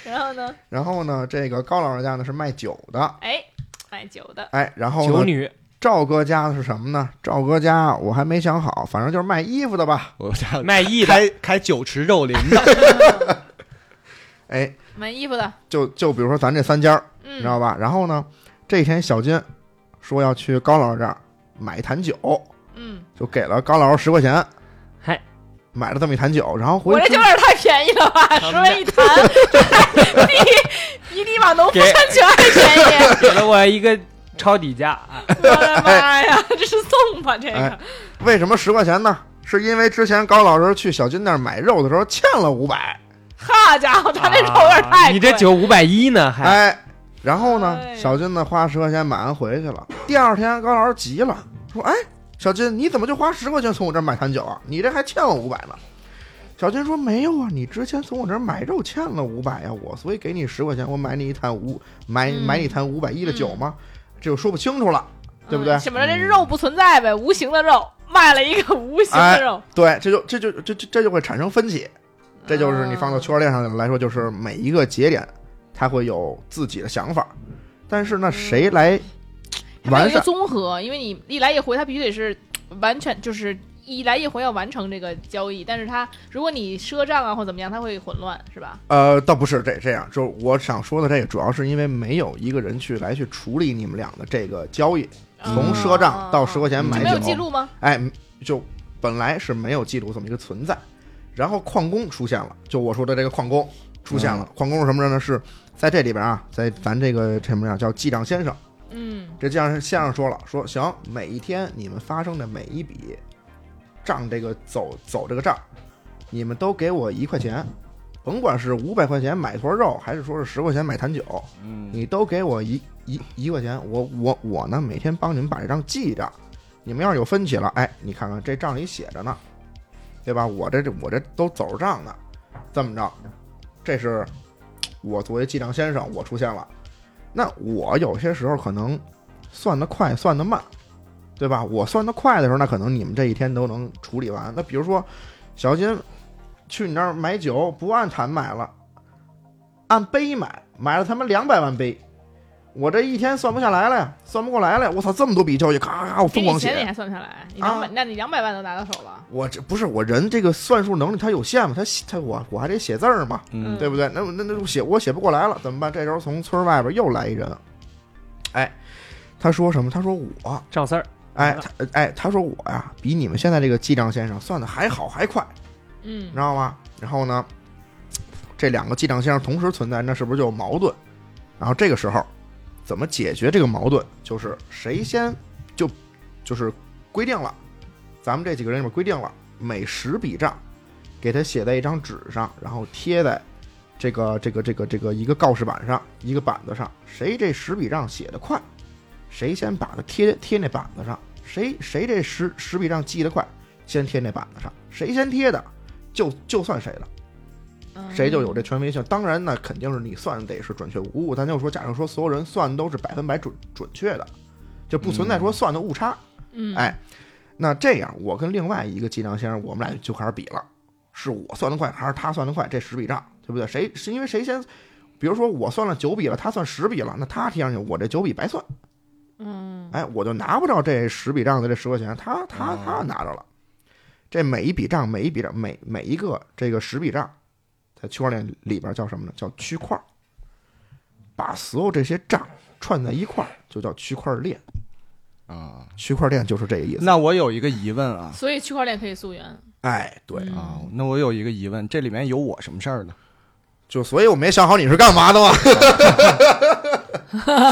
Speaker 2: 然后呢？
Speaker 5: 然后呢，这个高老师家呢是卖酒的，
Speaker 2: 哎，卖酒的，
Speaker 5: 哎，然后
Speaker 4: 酒
Speaker 5: 呢，
Speaker 4: 女
Speaker 5: 赵哥家是什么呢？赵哥家我还没想好，反正就是卖衣服的吧。
Speaker 3: 我家
Speaker 4: 卖艺的，
Speaker 3: 开开酒池肉林的，
Speaker 5: 哎，
Speaker 2: 买衣服的，
Speaker 5: 就就比如说咱这三家儿，你
Speaker 2: 嗯，
Speaker 5: 知道吧？然后呢，这天小金说要去高老师这儿买一坛酒，
Speaker 2: 嗯，
Speaker 5: 就给了高老师十块钱，
Speaker 4: 嗨，
Speaker 5: 买了这么一坛酒，然后
Speaker 2: 我
Speaker 5: 回
Speaker 2: 这
Speaker 5: 去
Speaker 2: 酒有点太便宜了吧，十文一坛， 比比你把农夫山泉还便 宜，
Speaker 4: 给了我一个抄底价，啊
Speaker 2: 我的妈呀，这是送吧？这
Speaker 5: 哎
Speaker 2: 个，
Speaker 5: 为什么十块钱呢？是因为之前高老师去小金那儿买肉的时候欠了五百，
Speaker 2: 好家伙，他这肉有点太
Speaker 5: 啊
Speaker 2: 贵，
Speaker 4: 啊你这酒五百一呢，还
Speaker 5: 哎，然后呢，
Speaker 2: 哎
Speaker 5: 小金呢花十块钱买完回去了。第二天高老师急了，说：“哎，小金，你怎么就花十块钱从我这儿买坛酒啊？你这还欠我五百呢。”小金说：“没有啊，你之前从我这儿买肉欠了五百呀，我所以给你十块钱，我买你一坛五买
Speaker 2: 嗯
Speaker 5: 买你一坛五百一的酒吗？这就说不清楚了。”
Speaker 2: 嗯
Speaker 5: 对不对
Speaker 2: 什么这肉不存在呗，无形的肉，卖了一个无形
Speaker 5: 哎
Speaker 2: 的肉，
Speaker 5: 对，这就这就这这这就会产生分歧，这就是你放
Speaker 2: 哦嗯
Speaker 5: 到区块链上来说，就是每一个节点，它会有自己的想法，但是
Speaker 2: 嗯
Speaker 5: 呢，谁来
Speaker 2: 它有
Speaker 5: 完
Speaker 2: 一个
Speaker 5: 善？
Speaker 2: 综合，因为你一来一回，它必须得是完全就是一来一回要完成这个交易，但是它如果你赊账啊或怎么样，它会混乱，是吧？
Speaker 5: 呃，倒不是这这样，就是我想说的这个，主要是因为没有一个人去来去处理你们俩的这个交易，
Speaker 2: 嗯
Speaker 5: 从赊账到十块
Speaker 2: 钱
Speaker 5: 钱买
Speaker 2: 嗯没有
Speaker 5: 酒，
Speaker 2: 记录吗？
Speaker 5: 哎，就本来是没有记录这么一个存在，然后矿工出现了，就我说的这个矿工出现了。
Speaker 2: 嗯
Speaker 5: 矿工是什么人呢？是在这里边啊，在咱这个这什么呀，叫记账先生。
Speaker 2: 嗯
Speaker 5: 这记账先生说了，说行，每一天你们发生的每一笔账，这个走走这个账，你们都给我一块钱，甭管是五百块钱买坨肉，还是说是十块钱买坛酒，
Speaker 3: 嗯，
Speaker 5: 你都给我一一一块钱，我我我呢每天帮你们把这账记着，你们要是有分歧了，哎，你看看这账里写着呢，对吧？我这这我这都走着账呢，这么着，这是我作为记账先生我出现了，那我有些时候可能算得快，算得慢，对吧？我算得快的时候，那可能你们这一天都能处理完。那比如说小金去你那儿买酒，不按坛买了。按杯买，买了他妈两百万杯，我这一天算不下来了呀，算不过来了呀！我操，这么多笔交易，咔咔，我
Speaker 2: 给
Speaker 5: 疯
Speaker 2: 你
Speaker 5: 狂
Speaker 2: 钱你
Speaker 5: 写。
Speaker 2: 还算不下来，你两百，
Speaker 5: 啊
Speaker 2: 那你两百万都拿到手了，
Speaker 5: 我这不是我人这个算术能力它有限嘛，他他我我还得写字儿嘛，
Speaker 3: 嗯
Speaker 5: 对不对？那那那我写我写不过来了，怎么办？这时候从村外边又来一人，哎，他说什么？他说我，
Speaker 4: 赵四儿，
Speaker 5: 哎，他哎，他说我呀，比你们现在这个记账先生算的还好还快，
Speaker 2: 嗯
Speaker 5: 你知，道吗？然后呢，这两个记账先生同时存在，那是不是就有矛盾？然后这个时候怎么解决这个矛盾？就是谁先就就是规定了，咱们这几个人里面规定了，每十笔账给他写在一张纸上，然后贴在这个这个这个这个一个告示板上，一个板子上，谁这十笔账写得快，谁先把它贴贴那板子上，谁谁这十十笔账记得快，先贴那板子上，谁先贴的。就就算谁的，
Speaker 2: 嗯
Speaker 5: 谁就有这权威性。当然呢，肯定是你算得是准确无误。咱就说，假设说所有人算都是百分百准准确的，就不存在说算的误差。
Speaker 2: 嗯
Speaker 5: 哎那这样，我跟另外一个计量先生，我们俩就开始比了，是我算得快还是他算得快？这十笔账，对不对？谁是因为谁先？比如说我算了九笔了，他算十笔了，那他贴上去，我这九笔白算，
Speaker 2: 嗯
Speaker 5: 哎，我就拿不着这十笔账的这十块钱，他他
Speaker 4: 啊
Speaker 5: 他拿着了。这每一笔账，每一笔账，每每一个这个十笔账，在区块链里边叫什么呢？叫区块儿。把所有这些账串在一块儿，就叫区块链。
Speaker 3: 啊，
Speaker 5: 区块链就是这个意思。
Speaker 3: 那我有一个疑问啊
Speaker 2: 所以区块链可以溯源，
Speaker 5: 哎，对，
Speaker 2: 嗯
Speaker 3: 啊，那我有一个疑问，这里面有我什么事儿呢？
Speaker 5: 就所以我没想好你是干嘛的嘛。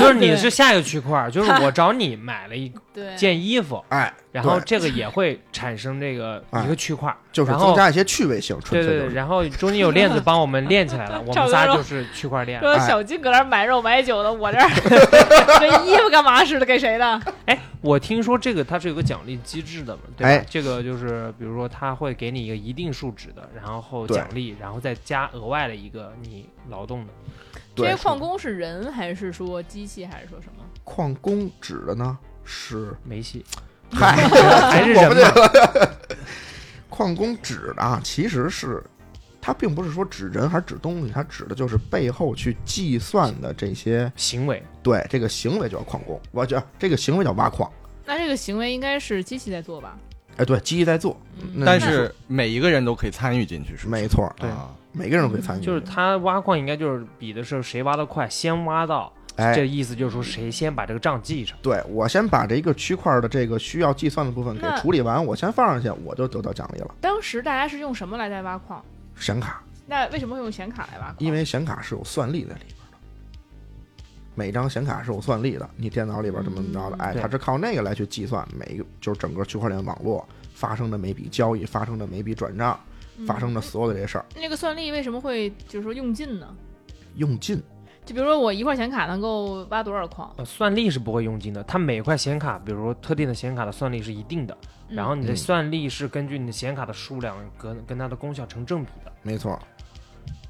Speaker 4: 就是你是下一个区块儿，就是我找你买了一
Speaker 2: 对，
Speaker 4: 件衣服，
Speaker 5: 哎，
Speaker 4: 然后
Speaker 5: 对
Speaker 4: 这个也会产生这个一个区块儿，
Speaker 5: 就是
Speaker 4: 然
Speaker 5: 增
Speaker 4: 后
Speaker 5: 加一些趣味性，纯
Speaker 4: 对
Speaker 5: 粹
Speaker 4: 对
Speaker 5: 就
Speaker 4: 对，
Speaker 5: 是。
Speaker 4: 然后中间有链子帮我们链起来了，我
Speaker 2: 赵
Speaker 4: 们仨
Speaker 2: 哥说
Speaker 4: 就是区块链。
Speaker 2: 说
Speaker 5: 哎
Speaker 2: 小金搁那儿买肉买酒的，我 这儿跟衣服干嘛似的，给谁的？
Speaker 4: 哎，我听说这个它是有个奖励机制的嘛，对吧？
Speaker 5: 哎
Speaker 4: 这个就是比如说它会给你一个一定数值的，然后
Speaker 5: 对
Speaker 4: 奖励，然后再加额外的一个你劳动的。
Speaker 2: 这
Speaker 5: 对
Speaker 2: 些矿工是人还是说机器还是说什么？
Speaker 5: 矿工指的呢 是，
Speaker 4: 梅 西，
Speaker 5: 嗨，
Speaker 4: 还是人嘛？
Speaker 5: 矿工指的啊，其实是它并不是说指人还是指东西，它指的就是背后去计算的这些
Speaker 4: 行为
Speaker 5: 对这个行为叫矿工，我觉得这个行为叫挖矿。
Speaker 2: 那这个行为应该是机器在做吧？
Speaker 5: 哎，对，机器在做，
Speaker 2: 嗯
Speaker 5: 那
Speaker 3: 但
Speaker 5: 你说
Speaker 3: 是每一个人都可以参与进去，是吗？
Speaker 5: 没错，
Speaker 4: 对
Speaker 3: 啊
Speaker 5: 每个人都可以参与，
Speaker 4: 嗯就是他挖矿应该就是比的是谁挖得快，先挖到。
Speaker 5: 哎
Speaker 4: 这意思就是说谁先把这个账记上。
Speaker 5: 对我先把这一个区块的这个需要计算的部分给
Speaker 2: 那
Speaker 5: 处理完，我先放上去，我就得到奖励了。
Speaker 2: 当时大家是用什么来在挖矿？
Speaker 5: 显卡，
Speaker 2: 那为什么会用显卡来挖矿？
Speaker 5: 因为显卡是有算力在里边的，每张显卡是有算力的，你电脑里边怎么怎么着的，哎，
Speaker 4: 嗯对
Speaker 5: 它是靠那个来去计算每一个，就是整个区块链网络发生的每笔交易、发生的每笔转账、
Speaker 4: 嗯
Speaker 5: 发生的所有的这事儿，
Speaker 2: 嗯那个算力为什么会就是说用尽呢？
Speaker 5: 用尽。
Speaker 2: 就比如说我一块显卡能够挖多少矿？
Speaker 4: 呃，算力是不会用尽的，它每块显卡，比如说特定的显卡的算力是一定的，
Speaker 2: 嗯
Speaker 4: 然后你的
Speaker 5: 嗯
Speaker 4: 算力是根据你的显卡的数量跟跟它的功效成正比的。
Speaker 5: 没错，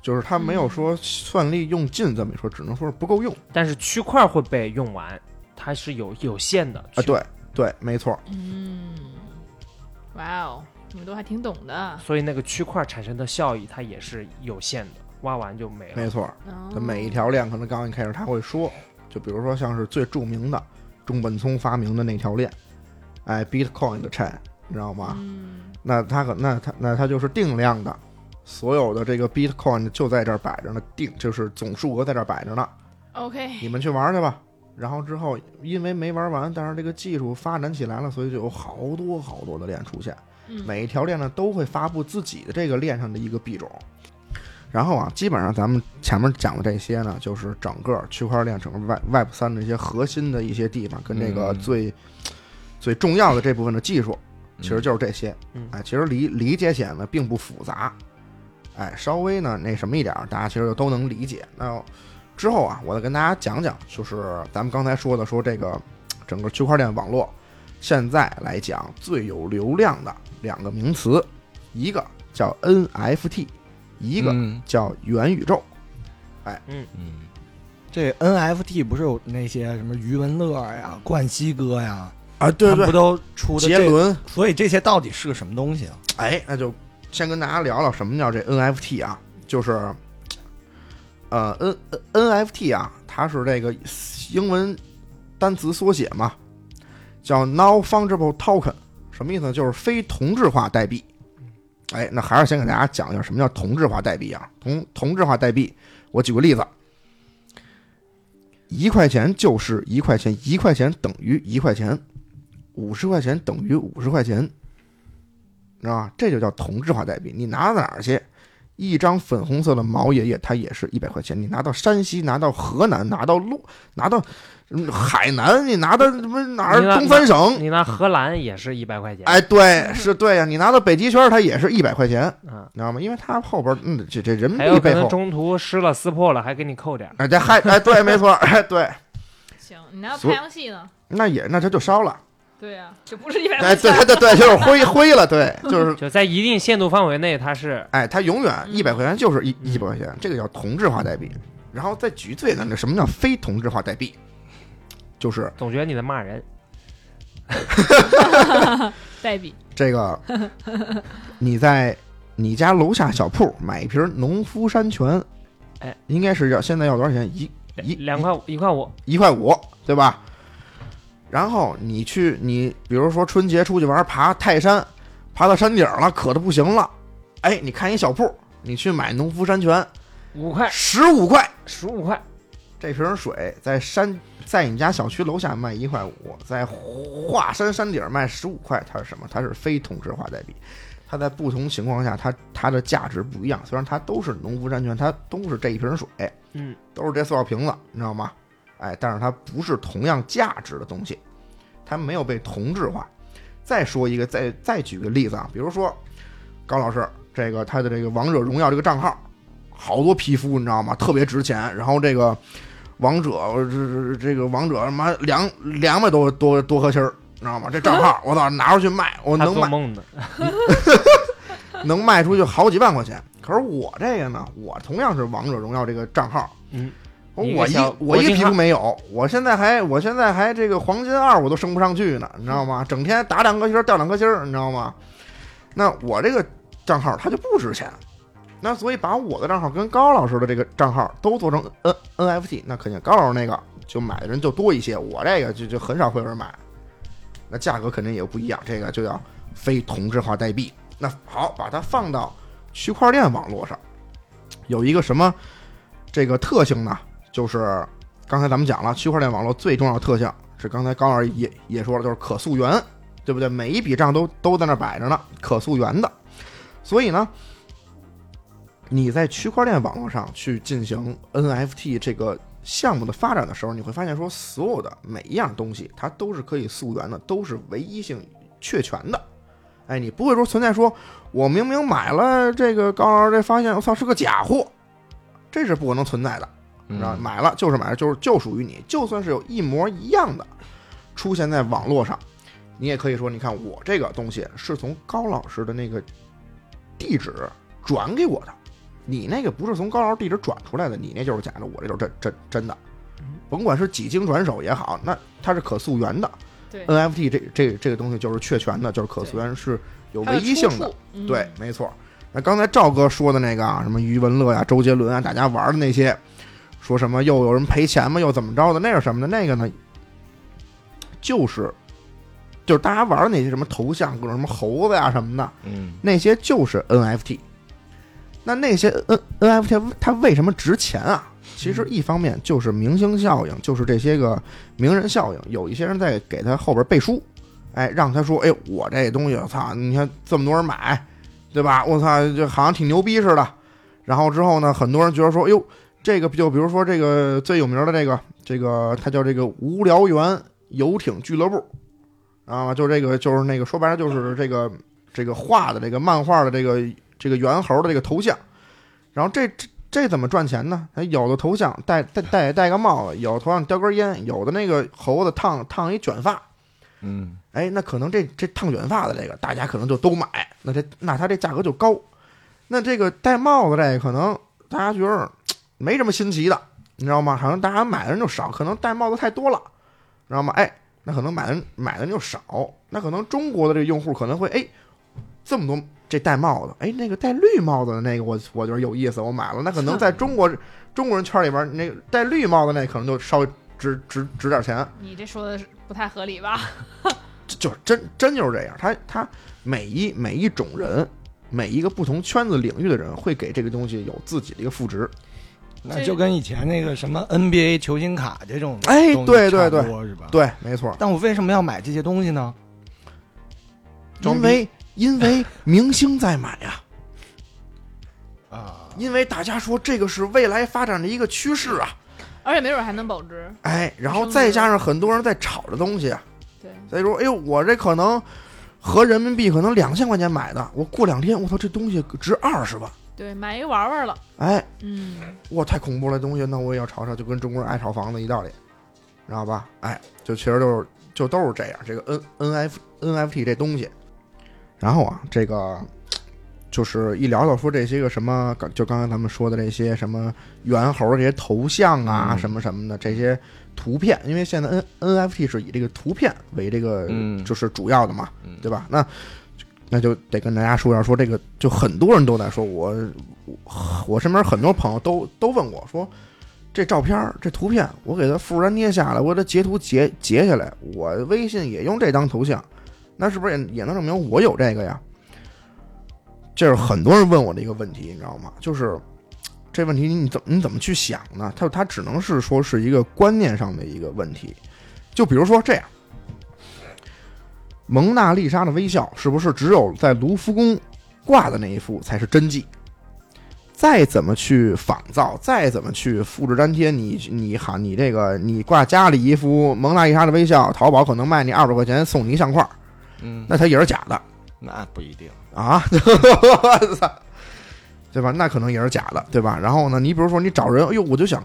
Speaker 5: 就是它
Speaker 4: 嗯
Speaker 5: 没有说算力用尽这么一说，只能说是不够用
Speaker 4: 但是区块会被用完，它是有有限的
Speaker 5: 啊。，对对，没错，
Speaker 2: 嗯，哇哦，你们都还挺懂的。
Speaker 4: 所以那个区块产生的效益它也是有限的，挖完就没了。
Speaker 5: 没错。它
Speaker 2: 哦
Speaker 5: 每一条链可能刚一开始他会说，就比如说像是最著名的中本聪发明的那条链，哎，Bitcoin 的 chain，你知道吗？
Speaker 2: 嗯，
Speaker 5: 那它可那它那它就是定量的，所有的这个 Bitcoin 就在这儿摆着呢，定就是总数额在这儿摆着呢，
Speaker 2: OK，
Speaker 5: 你们去玩去吧。然后之后，因为没玩完，但是这个技术发展起来了，所以就有好多好多的链出现。
Speaker 2: 嗯，
Speaker 5: 每一条链呢都会发布自己的这个链上的一个币种。然后啊，基本上咱们前面讲的这些呢，就是整个区块链、整个 Web Web 三的一些核心的一些地方，跟这个
Speaker 3: 嗯
Speaker 5: 最、最重要的这部分的技术，其实就是这些。
Speaker 4: 嗯
Speaker 5: 哎，其实理理解起来呢并不复杂，哎，稍微呢那什么一点儿，大家其实就都能理解。那之后啊，我再跟大家讲讲，就是咱们刚才说的，说这个整个区块链网络现在来讲最有流量的两个名词，一个叫 NFT，一个
Speaker 3: 嗯
Speaker 5: 叫元宇宙。
Speaker 3: 嗯，这 NFT 不是有那些什么余文乐呀、冠希哥呀，
Speaker 5: 啊，
Speaker 3: 他们不，都出的
Speaker 5: 杰
Speaker 3: 这？
Speaker 5: 伦，
Speaker 3: 所以这些到底是个什么东西啊？
Speaker 5: 哎，那就先跟大家聊聊什么叫这 NFT 啊，就是，呃，N N NFT 啊，它是这个英文单词缩写嘛，叫 Non Fungible Token，什么意思呢？就是非同质化代币。哎，那还是先给大家讲一下什么叫同质化代币啊？同同质化代币，我举个例子，一块钱就是一块钱，一块钱等于一块钱，五十块钱等于五十块钱，知道吧？这就叫同质化代币。你拿到哪儿去，一张粉红色的毛爷爷，它也是一百块钱。你拿到山西，拿到河南，拿到洛，拿到嗯海南，你拿到什么哪儿
Speaker 4: 你拿
Speaker 5: 东三省，
Speaker 4: 你拿荷兰也是一百块钱，
Speaker 5: 哎，对， 是对呀、你拿到北极圈，它也是一百块钱，
Speaker 4: 啊，
Speaker 5: 你知道吗？因为它后边，嗯，这这人民
Speaker 4: 还有
Speaker 5: 币
Speaker 4: 可
Speaker 5: 背
Speaker 4: 能
Speaker 5: 后，
Speaker 4: 中途湿了撕破了还给你扣点儿。
Speaker 5: 哎，这还哎，对，没错，哎， 对，
Speaker 2: 嗯行，你拿
Speaker 5: 所
Speaker 2: 太阳系呢？
Speaker 5: 那也那这就烧了，
Speaker 2: 对呀、这不是一百
Speaker 5: 哎，
Speaker 2: 块
Speaker 5: 对
Speaker 2: 钱。
Speaker 5: 对对对，就是灰灰了，对， 就是。
Speaker 4: 就在一定限度范围内，它是
Speaker 5: 哎，它永远
Speaker 2: 嗯
Speaker 5: 一百块钱就是一
Speaker 4: 嗯
Speaker 5: 一百块钱，这个叫同质化代币。然后再举最简单的，什么叫非同质化代币？就是
Speaker 4: 总觉得你在骂人。
Speaker 2: 代币，
Speaker 5: 这 个，你在你家楼下小铺买一瓶农夫山泉，
Speaker 4: 哎，
Speaker 5: 应该是要现在要多少钱？一一
Speaker 4: 两块一块五，
Speaker 5: 一块五，对吧？然后你去，你比如说春节出去玩，爬泰山，爬到山顶了，渴的不行了，哎，你看一小铺，你去买农夫山泉，
Speaker 4: 五块
Speaker 5: 十五块
Speaker 4: 十五块，
Speaker 5: 这瓶水，在山在你家小区楼下卖一块五，在华山山顶卖十五块，它是什么？它是非同质化代币，它在不同情况下，它它的价值不一样。虽然它都是农夫山泉，它都是这一瓶水，
Speaker 4: 嗯，
Speaker 5: 都是这塑料瓶子，你知道吗？哎，但是它不是同样价值的东西，它没有被同质化。再说一个，再再举个例子啊，比如说高老师这个他的这个王者荣耀这个账号，好多皮肤你知道吗？特别值钱。然后这个王者这这个王者他妈两两百多多多颗星儿，你知道吗？这账号我操拿出去卖，我
Speaker 4: 他
Speaker 5: 能
Speaker 4: 做
Speaker 5: 卖
Speaker 4: 梦呢，
Speaker 5: 能卖出去好几万块钱。可是我这个呢，我同样是王者荣耀这个账号，
Speaker 4: 嗯，
Speaker 5: 我
Speaker 4: 一
Speaker 5: 哦我
Speaker 4: 个小铂
Speaker 5: 一我一
Speaker 4: 金
Speaker 5: 皮
Speaker 4: 号
Speaker 5: 肤没有，我现在还我现在还这个黄金二我都升不上去呢，你知道吗？整天打两颗星儿掉两颗星儿，你知道吗？那我这个账号它就不值钱，那所以把我的账号跟高老师的这个账号都做成 N NFT，那肯定高老师那个就买的人就多一些，我这个就就很少会有人买，那价格肯定也不一样，这个就要非同质化代币。那好，把它放到区块链网络上，有一个什么这个特性呢？就是刚才咱们讲了，区块链网络最重要的特性是刚才高老师也也说了，就是可溯源，对不对？每一笔账都都在那摆着呢，可溯源的。所以呢，你在区块链网络上去进行 NFT 这个项目的发展的时候，你会发现说，所有的每一样东西它都是可以溯源的，都是唯一性确权的。哎，你不会说存在说，我明明买了这个高老师这，发现我操是个假货，这是不可能存在的。你
Speaker 3: 嗯
Speaker 5: 知道，买了就是买了，就是就属于你。就算是有一模一样的出现在网络上，你也可以说，你看我这个东西是从高老师的那个地址转给我的，你那个不是从高老师地址转出来的，你那就是假的，我这就是真真真的。
Speaker 2: 嗯
Speaker 5: 甭管是几经转手也好，那它是可溯源的。
Speaker 2: 对
Speaker 5: NFT 这这这个东西就是确权的，就是可溯源是有
Speaker 2: 它
Speaker 5: 唯
Speaker 2: 的
Speaker 5: 一
Speaker 2: 出
Speaker 5: 性的
Speaker 2: 处。，嗯
Speaker 5: 对，没错。那刚才赵哥说的那个啊，什么余文乐呀、周杰伦啊，大家玩的那些，说什么又有人赔钱嘛，又怎么着的，那是什么的？那个呢，就是就是大家玩的那些什么头像，各种什么猴子呀、什么的，
Speaker 3: 嗯
Speaker 5: 那些就是 NFT。那那些 N NFT 它为什么值钱啊？其实一方面就是明星效应，就是这些个名人效应，有一些人在给他后边背书，哎，让他说，哎，我这东西，我操，你看这么多人买，对吧？我操，就好像挺牛逼似的。然后之后呢，很多人觉得说，哟，这个就比如说这个最有名的这个这个，它叫这个无聊猿游艇俱乐部，啊，就这个就是那个说白了就是这个这个画的这个漫画的这个这个猿猴的这个头像，然后这这这怎么赚钱呢？哎，有的头像戴戴戴戴个帽子，有的头上叼根烟，有的那个猴子烫烫一卷发，
Speaker 3: 嗯
Speaker 5: 哎，那可能这这烫卷发的这个大家可能就都买，那这那它这价格就高，那这个戴帽子这个可能大家觉得没什么新奇的，你知道吗？好像大家买的人就少，可能戴帽子太多了，你知道吗？哎，那可能买的人买的人就少，那可能中国的这个用户可能会哎，这么多这戴帽子，哎，那个戴绿帽子的那个我我觉得有意思，我买了。那可能在中国中国人圈里边儿，那个戴绿帽子那可能就稍微值值值点钱，
Speaker 2: 你这说的是不太合理吧？
Speaker 5: 这就是真真就是这样，他他每一每一种人。每一个不同圈子领域的人会给这个东西有自己的一个赋值，
Speaker 3: 那就跟以前那个什么 NBA 球星卡这种
Speaker 5: 哎
Speaker 3: 东西
Speaker 5: 对
Speaker 3: 差
Speaker 5: 对
Speaker 3: 不多是吧？。
Speaker 5: 对，没错。
Speaker 3: 但我为什么要买这些东西呢？装
Speaker 5: 因
Speaker 3: 逼
Speaker 5: 为因为明星在买呀、
Speaker 3: 啊，
Speaker 5: 因为大家说这个是未来发展的一个趋势啊，
Speaker 2: 而且没准还能保值。
Speaker 5: 哎，然后
Speaker 2: 是
Speaker 5: 再加上很多人在炒这东西啊，
Speaker 2: 对，
Speaker 5: 所以说，哎呦，我这可能合人民币可能两千块钱买的，我过两天，我操，这东西值二十万，
Speaker 2: 对，买一玩玩了，
Speaker 5: 哎，
Speaker 2: 嗯，
Speaker 5: 哇，太恐怖了，东西，那我也要炒炒，就跟中国人爱炒房子一道理，知道吧？哎，就其实就是就都是这样，这个 N N F N F T 这东西，然后啊，这个就是一聊到说这些个什么，刚就刚才咱们说的这些什么猿猴的这些头像啊，
Speaker 3: 嗯
Speaker 5: 什么什么的这些图片，因为现在 N N F T 是以这个图片为这个
Speaker 3: 嗯
Speaker 5: 就是主要的嘛，
Speaker 3: 嗯
Speaker 5: 对吧？那那就得跟大家说一下，说这个就很多人都在说我，我我身边很多朋友都都问我说，这照片儿这图片我给它复制粘贴下来，我给它截图截截下来，我微信也用这当头像，那是不是也也能证明我有这个呀？这是很多人问我的一个问题，你知道吗？就是这问题你怎么你怎么去想呢？它它只能是说是一个观念上的一个问题，就比如说这样。蒙娜丽莎的微笑是不是只有在卢浮宫挂的那一幅才是真迹？再怎么去仿造，再怎么去复制粘贴，你你喊你这个你挂家里一幅蒙娜丽莎的微笑，淘宝可能卖你二百块钱送你一相框，
Speaker 3: 嗯，
Speaker 5: 那它也是假的
Speaker 3: 那不一定。
Speaker 5: 啊！ 我操，对吧？那可能也是假的，对吧？然后呢，你比如说你找人，哎呦，我就想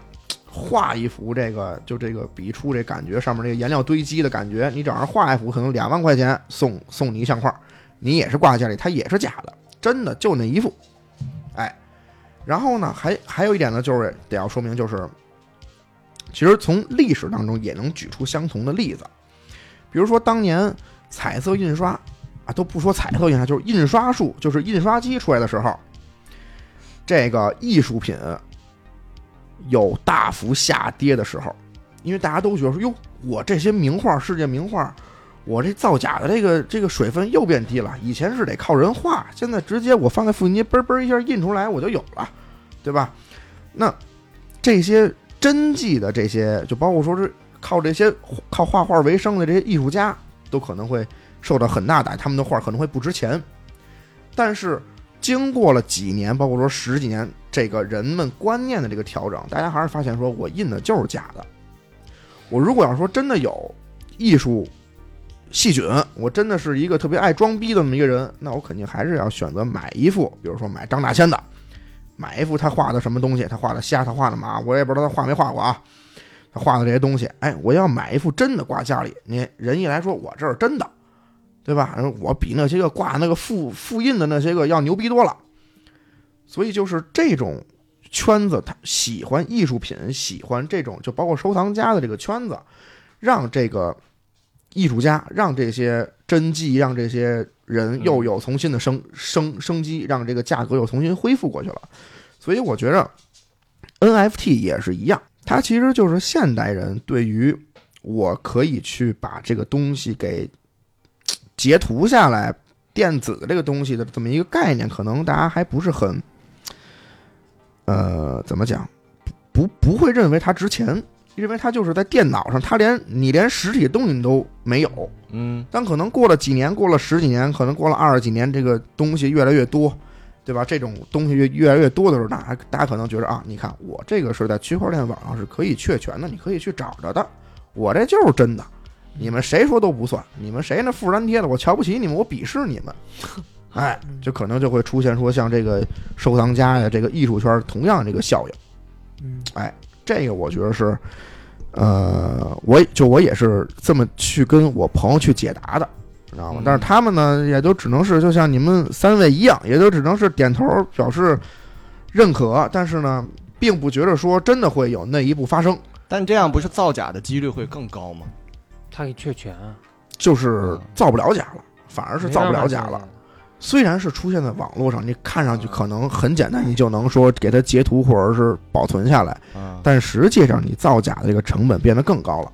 Speaker 5: 画一幅这个，就这个笔触这感觉上面这个颜料堆积的感觉，你找人画一幅，可能两万块钱送送你一相框，你也是挂家里，它也是假的，真的就那一幅，哎。然后呢，还还有一点呢，就是得要说明，就是其实从历史当中也能举出相同的例子，比如说当年彩色印刷啊，都不说彩色印刷，就是印刷术，就是印刷机出来的时候，这个艺术品有大幅下跌的时候，因为大家都觉得说，哟，我这些名画，世界名画，我这造假的这个这个水分又变低了。以前是得靠人画，现在直接我放在复印机，嘣嘣一下印出来，我就有了，对吧？那这些真迹的这些，就包括说是靠这些靠画画为生的这些艺术家，都可能会受到很大打击，他们的画可能会不值钱。但是经过了几年，包括说十几年，这个人们观念的这个调整，大家还是发现说我印的就是假的。我如果要说真的有艺术细菌，我真的是一个特别爱装逼的那么一个人，那我肯定还是要选择买一幅，比如说买张大千的，买一幅他画的什么东西，他画的虾，他画的马，我也不知道他画没画过啊。他画的这些东西，哎，我要买一幅真的挂家里，你人一来说我这是真的，对吧？我比那些个挂那个复复印的那些个要牛逼多了。所以就是这种圈子，他喜欢艺术品，喜欢这种就包括收藏家的这个圈子，让这个艺术家，让这些真迹，让这些人又有重新的生生生机，让这个价格又重新恢复过去了。所以我觉着 NFT 也是一样，它其实就是现代人对于我可以去把这个东西给截图下来电子的这个东西的这么一个概念，可能大家还不是很，呃，怎么讲，不不会认为它值钱，认为它就是在电脑上，它连你连实体东西你都没有。
Speaker 3: 嗯，
Speaker 5: 但可能过了几年，过了十几年，可能过了二十几年，这个东西越来越多，对吧？这种东西越越来越多的时候，大家大家可能觉得啊，你看我这个是在区块链网上是可以确权的，你可以去找着的，我这就是真的。你们谁说都不算，你们谁那复制粘贴的，我瞧不起你们，我鄙视你们。哎，就可能就会出现说像这个收藏家呀，这个艺术圈同样这个效应。
Speaker 4: 嗯，
Speaker 5: 这个我觉得是，呃，我就我也是这么去跟我朋友去解答的，知道吗
Speaker 3: 嗯？
Speaker 5: 但是他们呢，也都只能是就像你们三位一样，也都只能是点头表示认可，但是呢，并不觉得说真的会有那一步发生，
Speaker 3: 但这样不是造假的几率会更高吗？
Speaker 4: 它可以确权啊，
Speaker 5: 就是造不了假了，反而是
Speaker 4: 没
Speaker 5: 造不
Speaker 4: 办法
Speaker 5: 了假
Speaker 4: 确
Speaker 5: 嗯了嗯
Speaker 4: 权。。
Speaker 5: 虽然是出现在网络上，你看上去可能很简单，你就能说给它截图或者是保存下来，
Speaker 3: 啊，
Speaker 5: 但实际上你造假的这个成本变得更高了，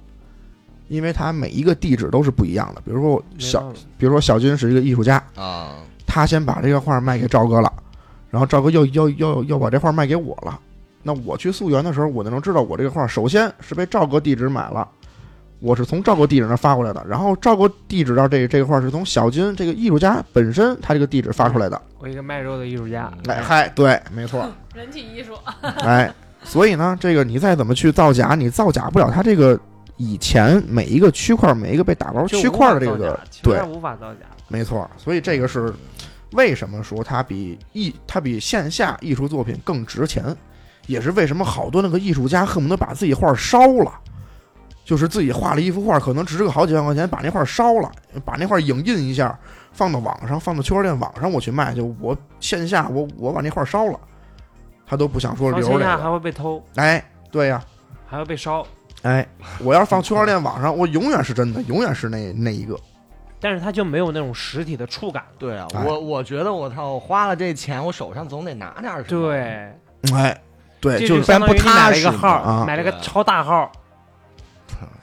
Speaker 5: 因为它每一个地址都是不一样的。比如说我小，
Speaker 4: 没办法
Speaker 5: 比如说小军是一个艺术家，
Speaker 3: 啊，
Speaker 5: 他先把这个画卖给赵哥了，然后赵哥又又又又把这画卖给我了。那我去溯源的时候，我就能知道我这个画首先是被赵哥地址买了，我是从赵哥地址那发过来的，然后赵哥地址到这这个画是从小军这个艺术家本身他这个地址发出来的。
Speaker 4: 我一个卖肉的艺术家，
Speaker 5: 哎嗨，对，没错，
Speaker 2: 人体艺术，
Speaker 5: 哎，所以呢，这个你再怎么去造假，你造假不了它这个以前每一个区块、每一个被打包
Speaker 4: 就
Speaker 5: 区
Speaker 4: 无
Speaker 5: 块
Speaker 4: 法
Speaker 5: 的这
Speaker 4: 造
Speaker 5: 个
Speaker 4: 假，其实
Speaker 5: 对
Speaker 4: 它无法造假。
Speaker 5: 没错。所以这个是为什么说它比艺，它比线下艺术作品更值钱，也是为什么好多那个艺术家恨不得把自己画烧了。就是自己画了一幅画，可能值个好几万块钱，把那画烧了，把那画影印一下，放到网上，放到区块链网上我去卖，就我线下我我把那画烧了，他都不想说
Speaker 4: 放
Speaker 5: 留
Speaker 4: 线
Speaker 5: 着、
Speaker 4: 下
Speaker 5: 这个。
Speaker 4: 还会被偷，
Speaker 5: 哎，对呀、
Speaker 4: 还会被烧，
Speaker 5: 哎，我要是放区块链网上，我永远是真的，永远是那那一个。
Speaker 4: 但是它就没有那种实体的触感了。
Speaker 3: 对啊，
Speaker 5: 哎
Speaker 3: 我我觉得我操，我花了这钱，我手上总得拿点儿什么。，
Speaker 4: 对，
Speaker 5: 哎，对，
Speaker 4: 这
Speaker 5: 就是
Speaker 4: 相当于
Speaker 3: 不
Speaker 4: 你买
Speaker 3: 踏
Speaker 4: 了一个
Speaker 3: 实
Speaker 4: 号，
Speaker 5: 嘛啊
Speaker 4: 买了
Speaker 3: 对
Speaker 4: 个超大号，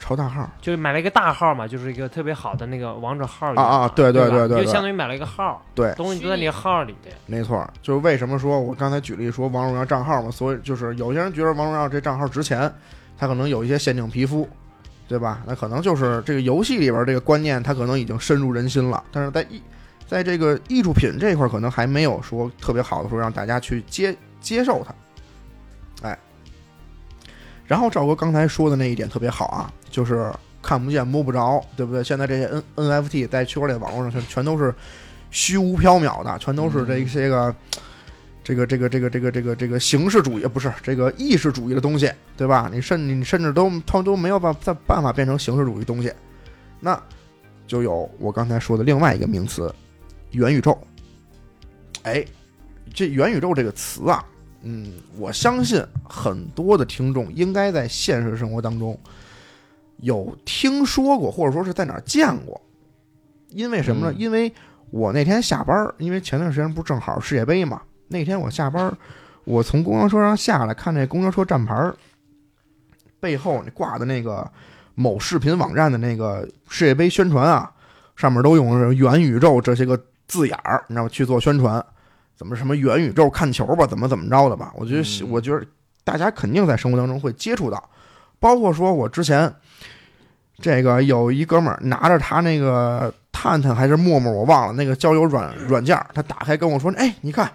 Speaker 5: 超大号
Speaker 4: 就是买了一个大号嘛，就是一个特别好的那个王者号一
Speaker 5: 啊
Speaker 4: 样
Speaker 5: 啊，对
Speaker 4: 对
Speaker 5: 对对
Speaker 4: 吧
Speaker 5: 对
Speaker 4: 就相当
Speaker 5: 对，
Speaker 4: 于买了一个号，
Speaker 5: 对
Speaker 4: 东西都在你号里。
Speaker 5: 没错，就是为什么说我刚才举例说王者荣耀账号嘛，所以就是有些人觉得王者荣耀这账号值钱，他可能有一些限定皮肤，对吧？那可能就是这个游戏里边这个观念，它可能已经深入人心了，但是在艺在这个艺术品这一块，可能还没有说特别好的说让大家去接接受它。哎，然后赵哥刚才说的那一点特别好啊，就是看不见摸不着，对不对？现在这些 N NFT 在区块链网络上全全都是虚无缥缈的，全都是这些个。这个这个这个这个这个这个形式主义不是这个意识主义的东西，对吧？你甚你甚至都他们都没有办法办法变成形式主义东西，那就有我刚才说的另外一个名词，元宇宙。哎，这元宇宙这个词啊，嗯，我相信很多的听众应该在现实生活当中有听说过，或者说是在哪儿见过。因为什么呢？
Speaker 3: 嗯
Speaker 5: 因为我那天下班儿，因为前段时间不是正好世界杯嘛，那天我下班儿，我从公交车上下来，看那公交车站牌儿背后那挂的那个某视频网站的那个世界杯宣传啊，上面都用着元宇宙这些个字眼儿，你知道吗？去做宣传，怎么什么元宇宙看球吧，怎么怎么着的吧？我觉得，
Speaker 3: 嗯
Speaker 5: 我觉得大家肯定在生活当中会接触到，包括说我之前这个有一哥们儿拿着他那个探探还是陌陌，我忘了那个交友软软件儿，他打开跟我说：“哎，你看。”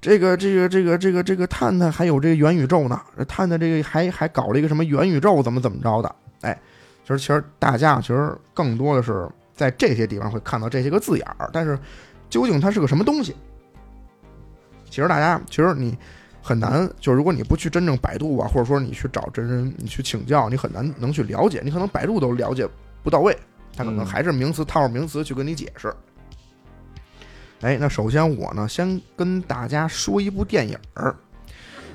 Speaker 5: 这个这个这个这个这个探探还有这个元宇宙呢，探探这个还还搞了一个什么元宇宙，怎么怎么着的？哎，其实其实大家其实更多的是在这些地方会看到这些个字眼儿，但是究竟它是个什么东西？其实大家其实你很难，就是如果你不去真正百度啊，或者说你去找真人，你去请教，你很难能去了解，你可能百度都了解不到位，他可
Speaker 3: 嗯
Speaker 5: 能还是名词套着名词去跟你解释。哎，那首先我呢，先跟大家说一部电影儿，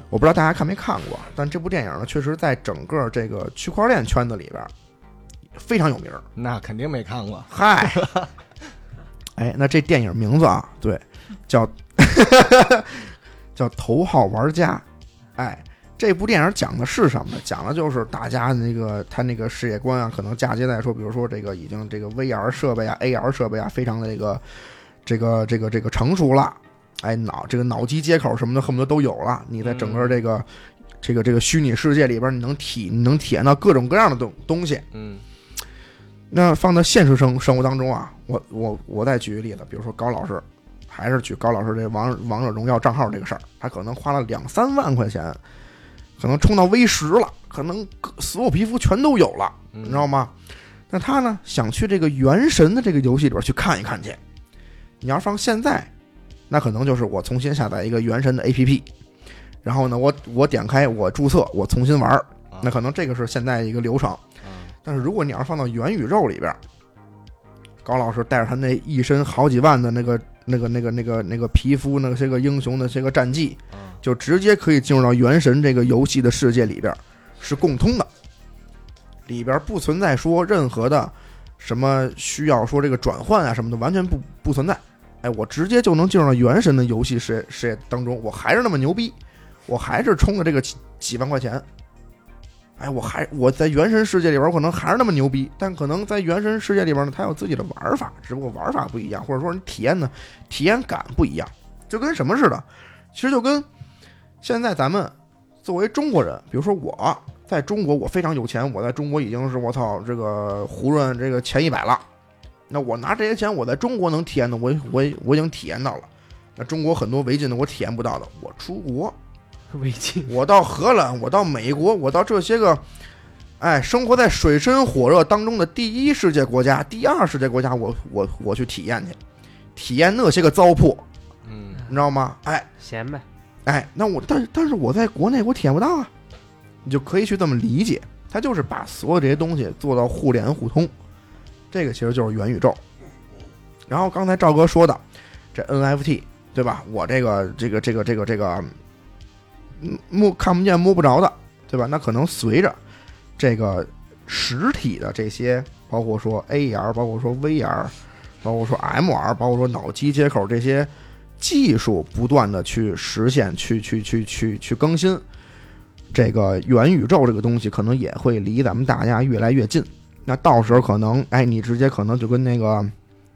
Speaker 5: 我不知道大家看没看过，但这部电影呢，确实在整个这个区块链圈子里边儿非常有名儿。
Speaker 3: 那肯定没看过。
Speaker 5: 嗨， 哎，那这电影名字啊，对，叫叫《头号玩家》。哎，这部电影讲的是什么呢？讲的就是大家那个他那个世界观啊，可能嫁接在说，比如说这个已经这个 VR 设备啊、AR 设备啊，非常的这个这个这个这个成熟了。哎，脑这个脑机接口什么的，恨不得都有了。你在整个这个、这个这个虚拟世界里边，你能体你能体验到各种各样的东东西。
Speaker 3: 嗯
Speaker 5: 那放到现实生生活当中啊，我我我再举个例子，比如说高老师，还是举高老师这王王者荣耀账号这个事儿，他可能花了两三万块钱，可能充到 V 十了，可能各所有皮肤全都有了，
Speaker 3: 嗯
Speaker 5: 你知道吗？那他呢想去这个《原神》的这个游戏里边去看一看去。你要放现在，那可能就是我重新下载一个《原神》的 APP，然后呢，我我点开，我注册，我重新玩儿
Speaker 3: 啊，
Speaker 5: 那可能这个是现在一个流程。但是如果你要是放到元宇宙里边儿，高老师带着他那一身好几万的那个、那个、那个、那个、那个皮肤，那些个英雄的这个战绩，就直接可以进入到《原神》这个游戏的世界里边儿，是共通的。里边儿不存在说任何的什么需要说这个转换啊什么的，完全不不存在。哎，我直接就能进入到《原神》的游戏世界世界当中，我还是那么牛逼，我还是充了这个几几万块钱，哎，我还我在原神世界里边，可能还是那么牛逼，但可能在原神世界里边呢，它有自己的玩法，只不过玩法不一样，或者说你体验呢，体验感不一样，就跟什么似的，其实就跟现在咱们作为中国人，比如说我在中国，我非常有钱，我在中国已经是我操这个胡润这个前一百了，那我拿这些钱，我在中国能体验的，我我我已经体验到了，那中国很多违禁的我体验不到的，我出国
Speaker 4: 微信
Speaker 5: 我到荷兰，我到美国，我到这些个，哎，生活在水深火热当中的第一世界国家、第二世界国家，我我我去体验去，体验那些个糟粕，
Speaker 3: 嗯
Speaker 5: 你知道吗？哎
Speaker 4: 闲呗，
Speaker 5: 哎，那我但但是我在国内我体验不到啊，你就可以去这么理解，它就是把所有这些东西做到互联互通，这个其实就是元宇宙。然后刚才赵哥说的这 NFT 对吧？我这个这个这个这个这个嗯摸看不见摸不着的，对吧？那可能随着这个实体的这些，包括说 AR，包括说 VR，包括说 MR，包括说脑机接口这些技术不断的去实现、去去去去去更新，这个元宇宙这个东西可能也会离咱们大家越来越近。那到时候可能，哎，你直接可能就跟那个，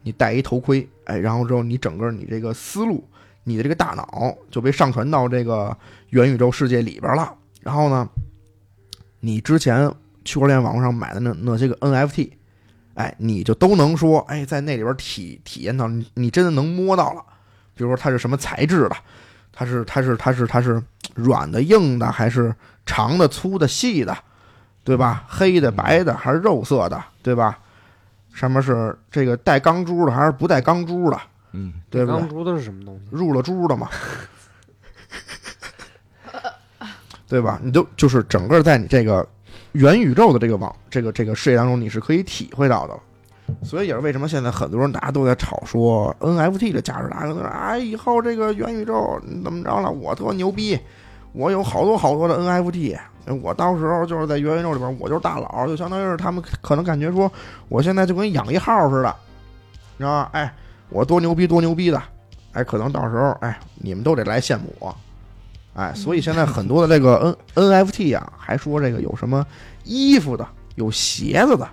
Speaker 5: 你戴一头盔，哎，然后之后你整个你这个思路，你的这个大脑就被上传到这个元宇宙世界里边了。然后呢，你之前区块链网络上买的那那些个 NFT，哎，你就都能说，哎，在那里边体体验到你，你真的能摸到了。比如说它是什么材质的，它是它是它是它是软的、硬的，还是长的、粗的、细的，对吧？黑的、白的，还是肉色的，对吧？上面是这个带钢珠的，还是不带钢珠的，
Speaker 3: 嗯，
Speaker 5: 对不对
Speaker 4: 钢？珠都是什么东西？
Speaker 5: 入了珠了嘛，对吧？你都就是整个在你这个元宇宙的这个网这个这个世界当中，你是可以体会到的了。所以也是为什么现在很多人大家都在吵说 NFT 的价值，大家都说哎，以后这个元宇宙怎么着了？我特牛逼，我有好多好多的 NFT，我到时候就是在元宇宙里边，我就是大佬，就相当于是他们可能感觉说，我现在就跟养一号似的，你知道吗？哎，我多牛逼多牛逼的，哎，可能到时候哎，你们都得来羡慕我，哎，所以现在很多的这个 N NFT 啊，还说这个有什么衣服的，有鞋子的，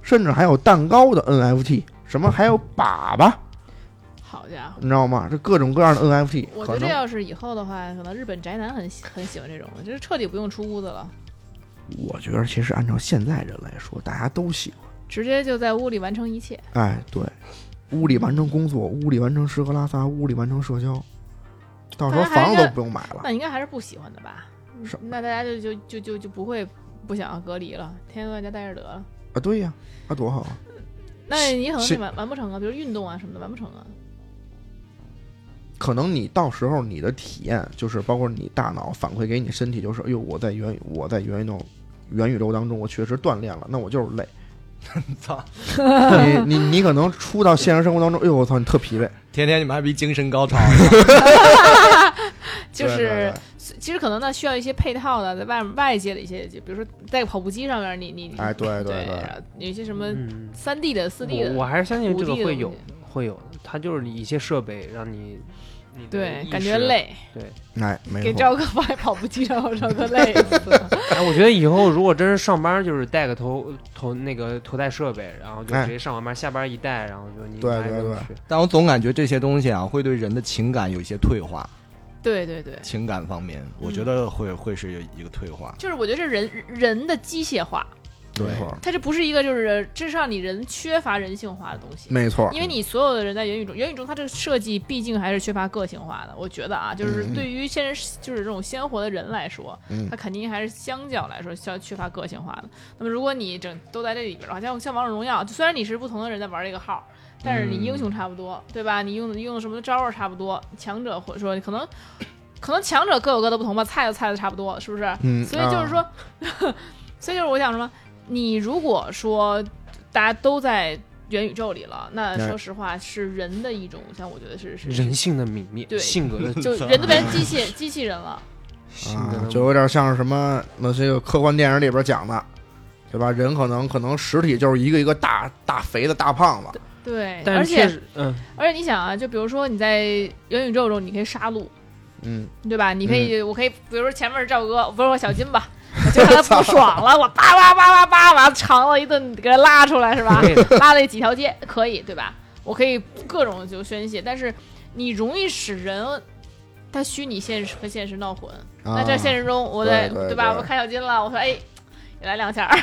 Speaker 5: 甚至还有蛋糕的 NFT，什么还有粑粑，
Speaker 2: 好家伙！
Speaker 5: 你知道吗？这各种各样的 NFT，
Speaker 2: 我觉
Speaker 5: 可
Speaker 2: 得
Speaker 5: 能
Speaker 2: 要是以后的话，可能日本宅男很喜很喜欢这种，就是彻底不用出屋子了，
Speaker 5: 我觉得其实按照现在人来说，大家都喜
Speaker 2: 直接就在屋里完成一切。
Speaker 5: 欢，哎，对，屋里完成工作，屋里完成吃喝拉撒，屋里完成社交，到时候
Speaker 2: 大家还
Speaker 5: 房
Speaker 2: 是
Speaker 5: 子都不用买了
Speaker 2: 那。应该还是不喜欢的吧？
Speaker 5: 是
Speaker 2: 那大家就就就就就不会不想要隔离了，天天都在家待着得了。
Speaker 5: 啊，对呀、那多好啊！
Speaker 2: 那你可能
Speaker 5: 是
Speaker 2: 你完完不成啊，比如运动啊什么的完不成啊。
Speaker 5: 可能你到时候你的体验就是包括你大脑反馈给你身体，就是哎呦，我在元我在元宇宙元宇宙当中，我确实锻炼了，那我就是累。
Speaker 3: 操，
Speaker 5: 你你你可能出到现实生活当中，哎呦我操，你特疲惫。
Speaker 3: 天天你们还逼精神高 潮，
Speaker 2: 就是
Speaker 5: 对对对
Speaker 2: 其实可能呢需要一些配套的，在外外界的一些，就比如说在跑步机上面，你你
Speaker 5: 哎，对
Speaker 2: 对
Speaker 5: 对，
Speaker 2: 有一些什么
Speaker 4: 嗯，
Speaker 2: 三 D 的、四 D
Speaker 4: 我
Speaker 2: 的
Speaker 4: 我，还是相信这个
Speaker 2: 土地的
Speaker 4: 会
Speaker 2: 东
Speaker 4: 有
Speaker 2: 西
Speaker 4: 会有的，它就是一些设备让你你的
Speaker 2: 对，
Speaker 4: 意
Speaker 2: 感觉
Speaker 4: 识。啊
Speaker 2: 累，
Speaker 5: 哎，没
Speaker 2: 给
Speaker 5: 错，
Speaker 2: 赵哥放在跑步机上，我赵哥累死 了。
Speaker 4: 哎，我觉得以后如果真是上班，就是带个头头那个头戴设备，然后就
Speaker 5: 哎
Speaker 4: 直接上完班，下班一戴，然后就你
Speaker 5: 对
Speaker 4: 拿着
Speaker 5: 对
Speaker 4: 就
Speaker 5: 对
Speaker 4: 去
Speaker 3: 但我总感觉这些东西啊，会对人的情感有一些退化，
Speaker 2: 对对对，
Speaker 3: 情感方面，我觉得会会是一个退化。
Speaker 2: 就是我觉得这人人的机械化，
Speaker 5: 没错，
Speaker 2: 它这不是一个就是这是让你人缺乏人性化的东西。
Speaker 5: 没错嗯
Speaker 2: 因，为你所有的人在元宇宙，元宇宙它这个设计毕竟还是缺乏个性化的。我觉得啊，就是
Speaker 5: 嗯
Speaker 2: 对于现实就是这种鲜活的人来说，
Speaker 5: 嗯
Speaker 2: 它肯定还是相较来说相缺乏个性化的。那么如果你整都在这里边儿的话，像像王者荣耀，就虽然你是不同的人在玩这个号，但是你英
Speaker 5: 嗯
Speaker 2: 雄差不多，对吧？你用的用的什么招儿差不多，强者或者说可能。可能强者各有各的不同吧，菜就菜的差不多，是不是？
Speaker 5: 嗯
Speaker 2: 所以就是说，
Speaker 4: 啊
Speaker 2: 所以就是我想什么，你如果说大家都在元宇宙里了，那
Speaker 5: 哎
Speaker 2: 说实话是人的一种，像我觉得是是
Speaker 4: 人性的泯灭，
Speaker 2: 对
Speaker 4: 性格的
Speaker 2: 就人都变成机 械机器人了。
Speaker 4: 性格
Speaker 5: 啊，
Speaker 4: 的
Speaker 5: 就有点像是什么那些个科幻电影里边讲的，对吧？人可能可能实体就是一个一个大大肥的大胖子，
Speaker 2: 对，
Speaker 4: 但
Speaker 2: 而
Speaker 4: 是确
Speaker 2: 且
Speaker 4: 实，嗯，
Speaker 2: 而且你想啊，就比如说你在元宇宙中，你可以杀戮，
Speaker 5: 嗯，
Speaker 2: 对吧？你可以，我可以，比如说前面是赵哥，不是我小金 吧，我就让他不爽了，我叭叭叭叭叭把他肠子一顿给他拉出来，是 吧？
Speaker 4: 对的
Speaker 2: 拉了几条街，可以对吧？我可以各种就宣泄，但是你容易使人他虚拟现实和现实闹混。那在现
Speaker 5: 实
Speaker 2: 实中，我在
Speaker 5: 啊对对
Speaker 2: 吧？
Speaker 5: 对
Speaker 2: 我看小金了，我说哎，也来两下 儿，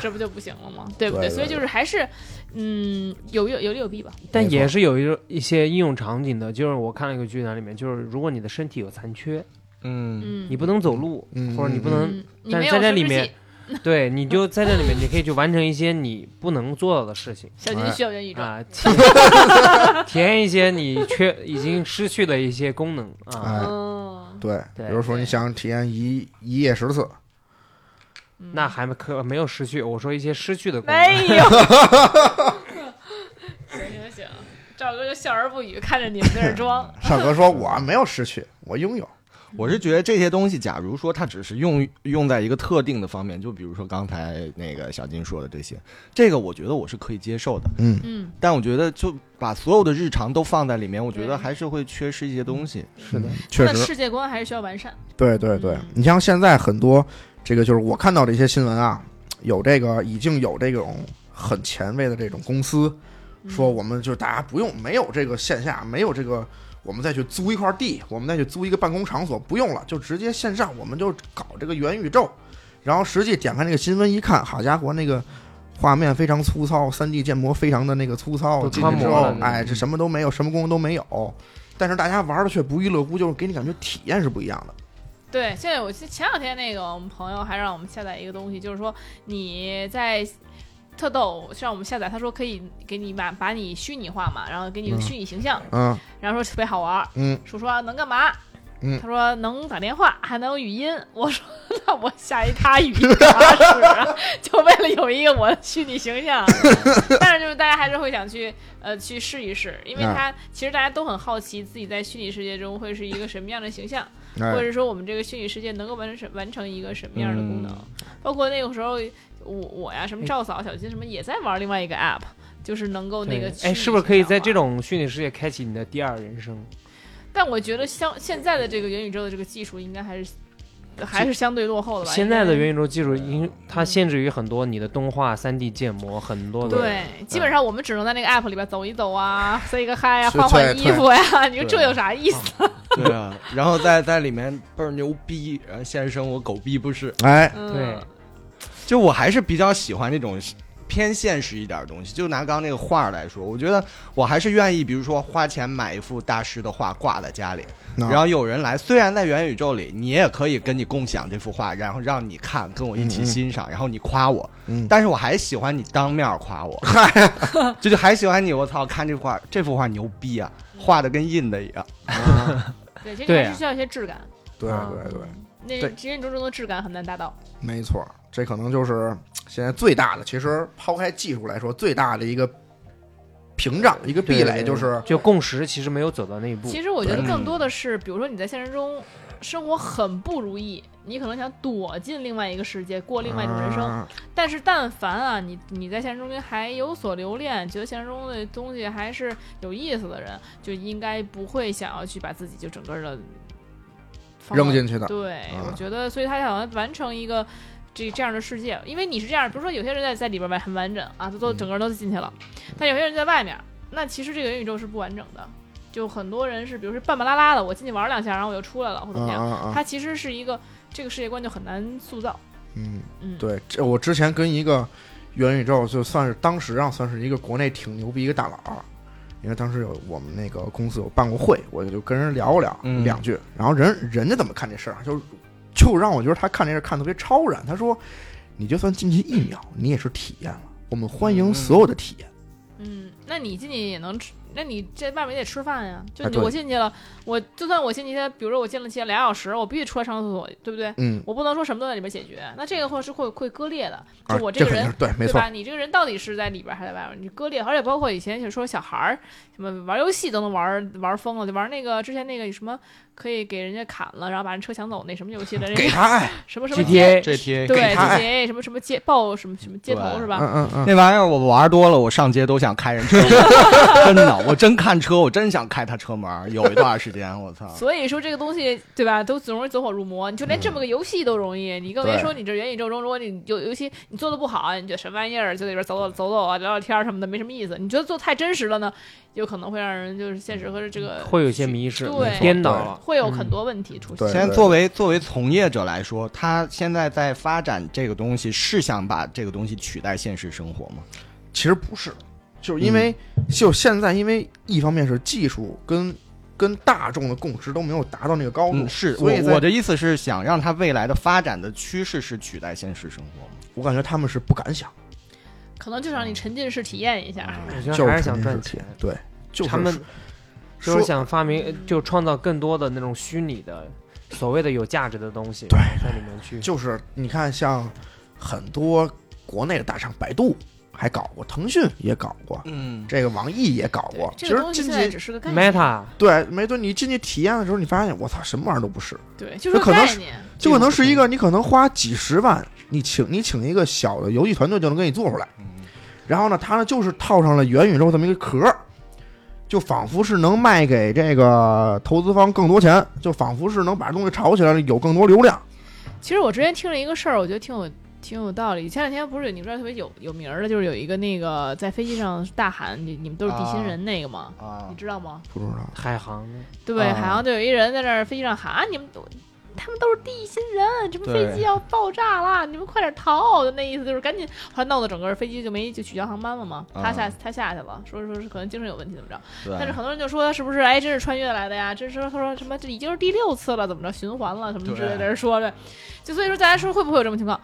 Speaker 2: 这不就不行了吗？对不
Speaker 5: 对对
Speaker 2: 所以就是还是嗯，有有有利有弊吧。
Speaker 4: 但
Speaker 5: 没
Speaker 4: 也
Speaker 5: 错
Speaker 4: 是有一一些应用场景的，就是我看了一个剧团里面，就是如果你的身体有残缺，
Speaker 3: 嗯，
Speaker 2: 嗯，
Speaker 4: 你不能走路，
Speaker 5: 嗯
Speaker 4: 或者你不能，
Speaker 2: 嗯，你
Speaker 4: 但
Speaker 2: 没
Speaker 4: 是
Speaker 2: 有
Speaker 4: 在
Speaker 2: 生
Speaker 4: 这里
Speaker 2: 殖
Speaker 4: 面
Speaker 2: 器，
Speaker 4: 对，你就在这里面，你可以去完成一些你不能做到的事情
Speaker 2: 小金需要元宇宙。
Speaker 4: 啊，体 体验一些你缺已经失去的一些功能啊。
Speaker 5: 哎
Speaker 2: 嗯，
Speaker 5: 对，比
Speaker 4: 对
Speaker 5: 如说你想体验一一夜十次，
Speaker 2: 嗯
Speaker 4: 那还没可没有失去，我说一些失去的功能。哎
Speaker 2: 没有。 行行行，赵哥就笑而不语，看着你们在这儿 装。
Speaker 5: 尚哥说我没有失去，我拥有，
Speaker 3: 我是觉得这些东西，假如说它只是用用在一个特定的方面，就比如说刚才那个小金说的这些，这个我觉得我是可以接受的。
Speaker 5: 嗯，
Speaker 2: 嗯，
Speaker 3: 但我觉得就把所有的日常都放在里面，我觉
Speaker 2: 对
Speaker 3: 得还是会缺失一些东西。
Speaker 5: 是的，确
Speaker 2: 那
Speaker 5: 实，
Speaker 2: 世界观还是需要完善。
Speaker 5: 对对对
Speaker 2: 嗯，
Speaker 5: 你像现在很多这个就是我看到的一些新闻啊，有这个已经有这种很前卫的这种公司
Speaker 2: 嗯
Speaker 5: 说，我们就是大家不用没有这个线下，没有这个，我们再去租一块地，我们再去租一个办公场所，不用了，就直接线上，我们就搞这个元宇宙。然后实际点开那个新闻一看，好家伙，那个画面非常粗糙，3 D 建模非常的那个粗糙，
Speaker 4: 都
Speaker 5: 进
Speaker 4: 穿
Speaker 5: 去之
Speaker 4: 模
Speaker 5: 后
Speaker 4: 了，嗯
Speaker 5: 哎，这什么都没有，什么功能都没有。但是大家玩的却不亦乐乎，就是给你感觉体验是不一样的。
Speaker 2: 对，现在我记前两天那个我们朋友还让我们下载一个东西，就是说你在特逗，让我们下载，他说可以给你把把你虚拟化嘛，然后给你个
Speaker 5: 嗯
Speaker 2: 虚拟形象，
Speaker 5: 嗯
Speaker 2: 然后说特别好玩儿。
Speaker 5: 嗯，
Speaker 2: 叔说能干嘛？
Speaker 5: 嗯
Speaker 2: 他说能打电话，还能语音。我说那我下一他语音 干嘛使啊？就为了有一个我的虚拟形 象。但是就是大家还是会想去呃去试一试，因为
Speaker 5: 啊
Speaker 2: 他其实大家都很好奇自己在虚拟世界中会是一个什么样的形象。或
Speaker 5: 哎，
Speaker 2: 者说我们这个虚拟世界能够完成完成一个什么样的功能？
Speaker 5: 嗯
Speaker 2: 包括那个时候，我我呀，什么赵嫂、小金什么也在玩另外一个 app，就是能够那个
Speaker 4: 哎，
Speaker 2: 虚拟
Speaker 4: 是不是可以在这
Speaker 2: 形象化？
Speaker 4: 种虚拟世界开启你的第二人生？
Speaker 2: 但我觉得像现在的这个元宇宙的这个技术，应该还是还是相对落后的吧？
Speaker 4: 现在的
Speaker 2: 因为
Speaker 4: 元宇宙技术，因为它限制于很多你的动画、三 D 建模，很多的嗯
Speaker 2: 对，基本上我们只能在那个 app 里边走一走啊，say 个 hi 啊，
Speaker 5: 是
Speaker 2: 换换
Speaker 5: 对
Speaker 2: 衣服 呀，你说这
Speaker 3: 对
Speaker 2: 有啥意
Speaker 4: 哦
Speaker 2: 思？
Speaker 3: 对啊， 然后在在里面倍儿牛逼，然后现实生活狗逼不是，
Speaker 5: 哎，
Speaker 2: 嗯
Speaker 4: 对，
Speaker 3: 就我还是比较喜欢那种偏现实一点的东西。就拿刚刚那个画来说，我觉得我还是愿意，比如说花钱买一幅大师的画挂在家里，
Speaker 5: 那
Speaker 3: 然后有人来，虽然在元宇宙里，你也可以跟你共享这幅画，然后让你看，跟我一起欣赏，然后你夸我，
Speaker 5: 嗯
Speaker 3: 但是我还喜欢你当面夸 我，就就还喜欢你，我操，看这幅画，这幅画牛逼啊，画的跟印的一样。
Speaker 2: 对，其实
Speaker 4: 对
Speaker 2: 还
Speaker 4: 啊
Speaker 2: 是需要一些质感，
Speaker 5: 对
Speaker 4: 啊
Speaker 5: 对对，
Speaker 2: 那
Speaker 5: 对
Speaker 2: 人中中的质感很难达到。
Speaker 5: 没错，这可能就是现在最大的，其实抛开技术来说，最大的一个屏障、一个
Speaker 4: 对
Speaker 5: 壁垒
Speaker 4: 对
Speaker 5: 就是
Speaker 4: 就共识其实没有走到那一步。
Speaker 2: 其实我觉得
Speaker 3: 对
Speaker 5: 嗯
Speaker 2: 更多的是，比如说你在现实中生活很不如意，你可能想躲进另外一个世界，过另外一种人生。
Speaker 5: 啊
Speaker 2: 但是但凡啊，你你在现实中还有所留恋，觉得现实中的东西还是有意思的人，就应该不会想要去把自己就整个的放到
Speaker 5: 扔进去的。
Speaker 2: 对，
Speaker 5: 啊
Speaker 2: 我觉得，所以他想要完成一个这这样的世界，因为你是这样，比如说有些人在在里边完很完整啊，他都整个人都进去了，
Speaker 5: 嗯
Speaker 2: 但有些人在外面，那其实这个元宇宙是不完整的，就很多人是，比如说半半拉拉的，我进去玩两下，然后我又出来了，或怎
Speaker 5: 啊
Speaker 2: 么样，
Speaker 5: 啊啊！
Speaker 2: 他其实是一个这个世界观就很难塑造，
Speaker 5: 嗯，
Speaker 2: 嗯，
Speaker 5: 对，这我之前跟一个元宇宙，就算是当时啊，算是一个国内挺牛逼一个大佬儿，因为当时有我们那个公司有办过会，我就跟人聊了聊、
Speaker 3: 嗯
Speaker 5: 两句，然后人人家怎么看这事儿啊，就是就让我觉得他看这事儿看得特别超然，他说你就算进去一秒，你也是体验了，我们欢迎
Speaker 3: 嗯
Speaker 5: 所有的体验。
Speaker 2: 嗯，那你进去也能吃，那你这外面也得吃饭呀，就
Speaker 5: 哎
Speaker 2: 你
Speaker 5: 对
Speaker 2: 我进去了，我就算我进去，比如说我进了去俩小时，我必须出来上厕所，对不对？
Speaker 5: 嗯，
Speaker 2: 我不能说什么都在里边解决，那这个会是会会割裂的。就
Speaker 5: 啊
Speaker 2: 我
Speaker 5: 这
Speaker 2: 个
Speaker 5: 肯
Speaker 2: 人，
Speaker 5: 定是对，没
Speaker 2: 对
Speaker 5: 错
Speaker 2: 吧？，你这个人到底是在里边还是在外边？你割裂，而且包括以前就说小孩儿什么玩游戏都能玩玩疯了，就玩那个之前那个什么可以给人家砍了，然后把人车抢走那什么游戏的那
Speaker 5: 给
Speaker 2: 个
Speaker 5: 他爱，
Speaker 2: 什么什么街
Speaker 4: GTA
Speaker 3: 贴
Speaker 2: 对
Speaker 5: 给他哎
Speaker 2: GTA 什么什么街报什么什么街头
Speaker 3: 对
Speaker 2: 是
Speaker 5: 嗯
Speaker 2: 吧？
Speaker 5: 嗯嗯，
Speaker 3: 那玩意儿我玩多了，我上街都想开人车 门，真的，我真看车，我真想开他车门。有一段时间，我 操，
Speaker 2: 所以说这个东西，对吧？都总容易走火入魔，你就连这么个游戏都容易，你更别
Speaker 5: 对
Speaker 2: 说你这元宇宙中，如果你有尤其你做的不好，你觉得什么玩意儿，就在里边走走走走啊，聊聊天儿什么的，没什么意思。你觉得做太真实了呢，有可能会让人就是现实和这个
Speaker 4: 嗯会有一些迷失
Speaker 2: 对，
Speaker 4: 颠倒了。
Speaker 2: 会有很多问题出现。
Speaker 5: 对
Speaker 3: 现在作为作为从业者来说，他现在在发展这个东西，是想把这个东西取代现实生活吗？
Speaker 5: 其实不是，就是因为、
Speaker 3: 嗯
Speaker 5: 就现在，因为一方面是技术跟跟大众的共识都没有达到那个高度，
Speaker 3: 嗯，是
Speaker 5: 所以
Speaker 3: 我
Speaker 5: 在
Speaker 3: 我的意思是想让他未来的发展的趋势是取代现实生活吗？
Speaker 5: 我感觉他们是不敢想，
Speaker 2: 可能就想让你沉浸式体验一下。
Speaker 4: 我觉
Speaker 5: 就
Speaker 4: 得还
Speaker 5: 是
Speaker 4: 是想赚钱，，
Speaker 5: 对，就是
Speaker 4: 他们就是
Speaker 5: 说
Speaker 4: 想发明，呃就创造更多的那种虚拟的、所谓的有价值的东西，
Speaker 5: 对
Speaker 4: 在里面去。
Speaker 5: 就是你看，像很多国内的大厂，百度还搞过，腾讯也搞过，
Speaker 3: 嗯，
Speaker 5: 这个网易也搞
Speaker 2: 对
Speaker 5: 过，其
Speaker 2: 这个
Speaker 5: 实
Speaker 2: 东西
Speaker 5: 进
Speaker 2: 现在
Speaker 5: 去
Speaker 2: 只是个概念，
Speaker 4: Meta
Speaker 5: 对，没错，你进去体验的时候，你发现我操，什么玩意儿都不是。
Speaker 2: 对，就是个
Speaker 5: 可能
Speaker 2: 概
Speaker 5: 是
Speaker 2: 念。
Speaker 5: 就可能是一个你可能花几十万，你请你请一个小的游戏团队就能给你做出来。嗯然后呢，它呢就是套上了元宇宙这么一个壳儿，就仿佛是能卖给这个投资方更多钱，就仿佛是能把东西炒起来，有更多流量。
Speaker 2: 其实我之前听了一个事儿，我觉得挺有挺有道理。前两天不是你知道特别有有名儿的，就是有一个那个在飞机上大喊“你你们都是地心人”那个吗？
Speaker 3: 啊
Speaker 2: 你，知道吗？
Speaker 5: 不知道，
Speaker 4: 海航的
Speaker 2: 对，
Speaker 3: 啊
Speaker 2: 好像就有一人在那儿飞机上喊啊，你们都他们都是第一新人，这不
Speaker 3: 对
Speaker 2: 飞机要爆炸啦，你们快点逃的那意思，就是赶紧。后来闹得整个飞机就没就取消航班了嘛。
Speaker 3: 嗯
Speaker 2: 他下他下去了，说说是可能精神有问题怎么着。
Speaker 3: 对，啊
Speaker 2: 但是很多人就说是不是哎，真是穿越来的呀？这是他说什么这已经是第六次了，怎么着循环了什么之类的
Speaker 3: 对
Speaker 2: 人说的，就所以说大家说会不会有这种情况？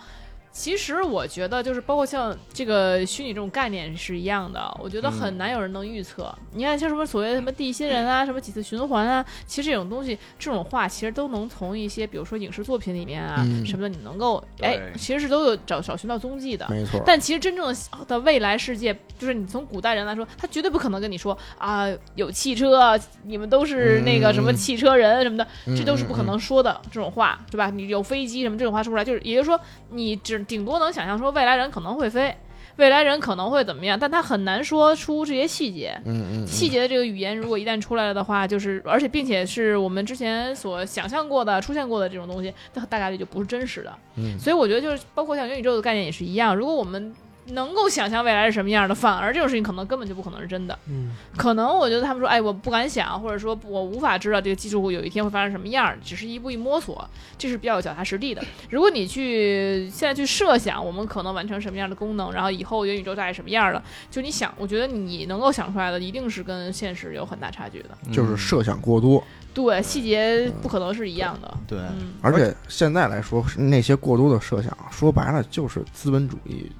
Speaker 2: 其实我觉得就是包括像这个虚拟这种概念是一样的，我觉
Speaker 3: 嗯
Speaker 2: 得很难有人能预测。你看像什么所谓什么地心人
Speaker 3: 嗯
Speaker 2: 啊，什么几次循环啊，其实这种东西这种话其实都能从一些比如说影视作品里面啊、
Speaker 5: 嗯
Speaker 2: 什么的，你能够哎
Speaker 3: 对
Speaker 2: 其实是都有找找寻到踪迹的。
Speaker 5: 没错，
Speaker 2: 但其实真正的的未来世界，就是你从古代人来说，他绝对不可能跟你说啊，有汽车，你们都是那个什么
Speaker 5: 嗯
Speaker 2: 汽车人什么的，这都是不可
Speaker 5: 嗯。嗯嗯
Speaker 2: 能说的这种话，对吧？你有飞机什么这种话说不出来，就是也就是说，你只顶多能想象说未来人可能会飞，未来人可能会怎么样，但他很难说出这些细节。
Speaker 5: 嗯嗯，
Speaker 2: 细节的这个语言，如果一旦出来了的话，就是而且并且是我们之前所想象过的、出现过的这种东西，它大概率就不是真实的。
Speaker 5: 嗯
Speaker 2: 所以我觉得就是包括像元宇宙的概念也是一样，如果我们能够想象未来是什么样的，反而这种事情可能根本就不可能是真的。
Speaker 4: 嗯，
Speaker 2: 可能我觉得他们说，哎，我不敢想，或者说我无法知道这个技术有一天会发生什么样儿，只是一步一摸索，这是比较有脚踏实地的。如果你去现在去设想我们可能完成什么样的功能，然后以后元宇宙大概什么样儿了，就你想，我觉得你能够想出来的一定是跟现实有很大差距的。
Speaker 3: 嗯
Speaker 5: 就是设想过多，
Speaker 2: 对，细节不可能是一样的。
Speaker 3: 对，
Speaker 2: 嗯，
Speaker 5: 而且现在来说，是那些过多的设想，啊说白了就是资本主义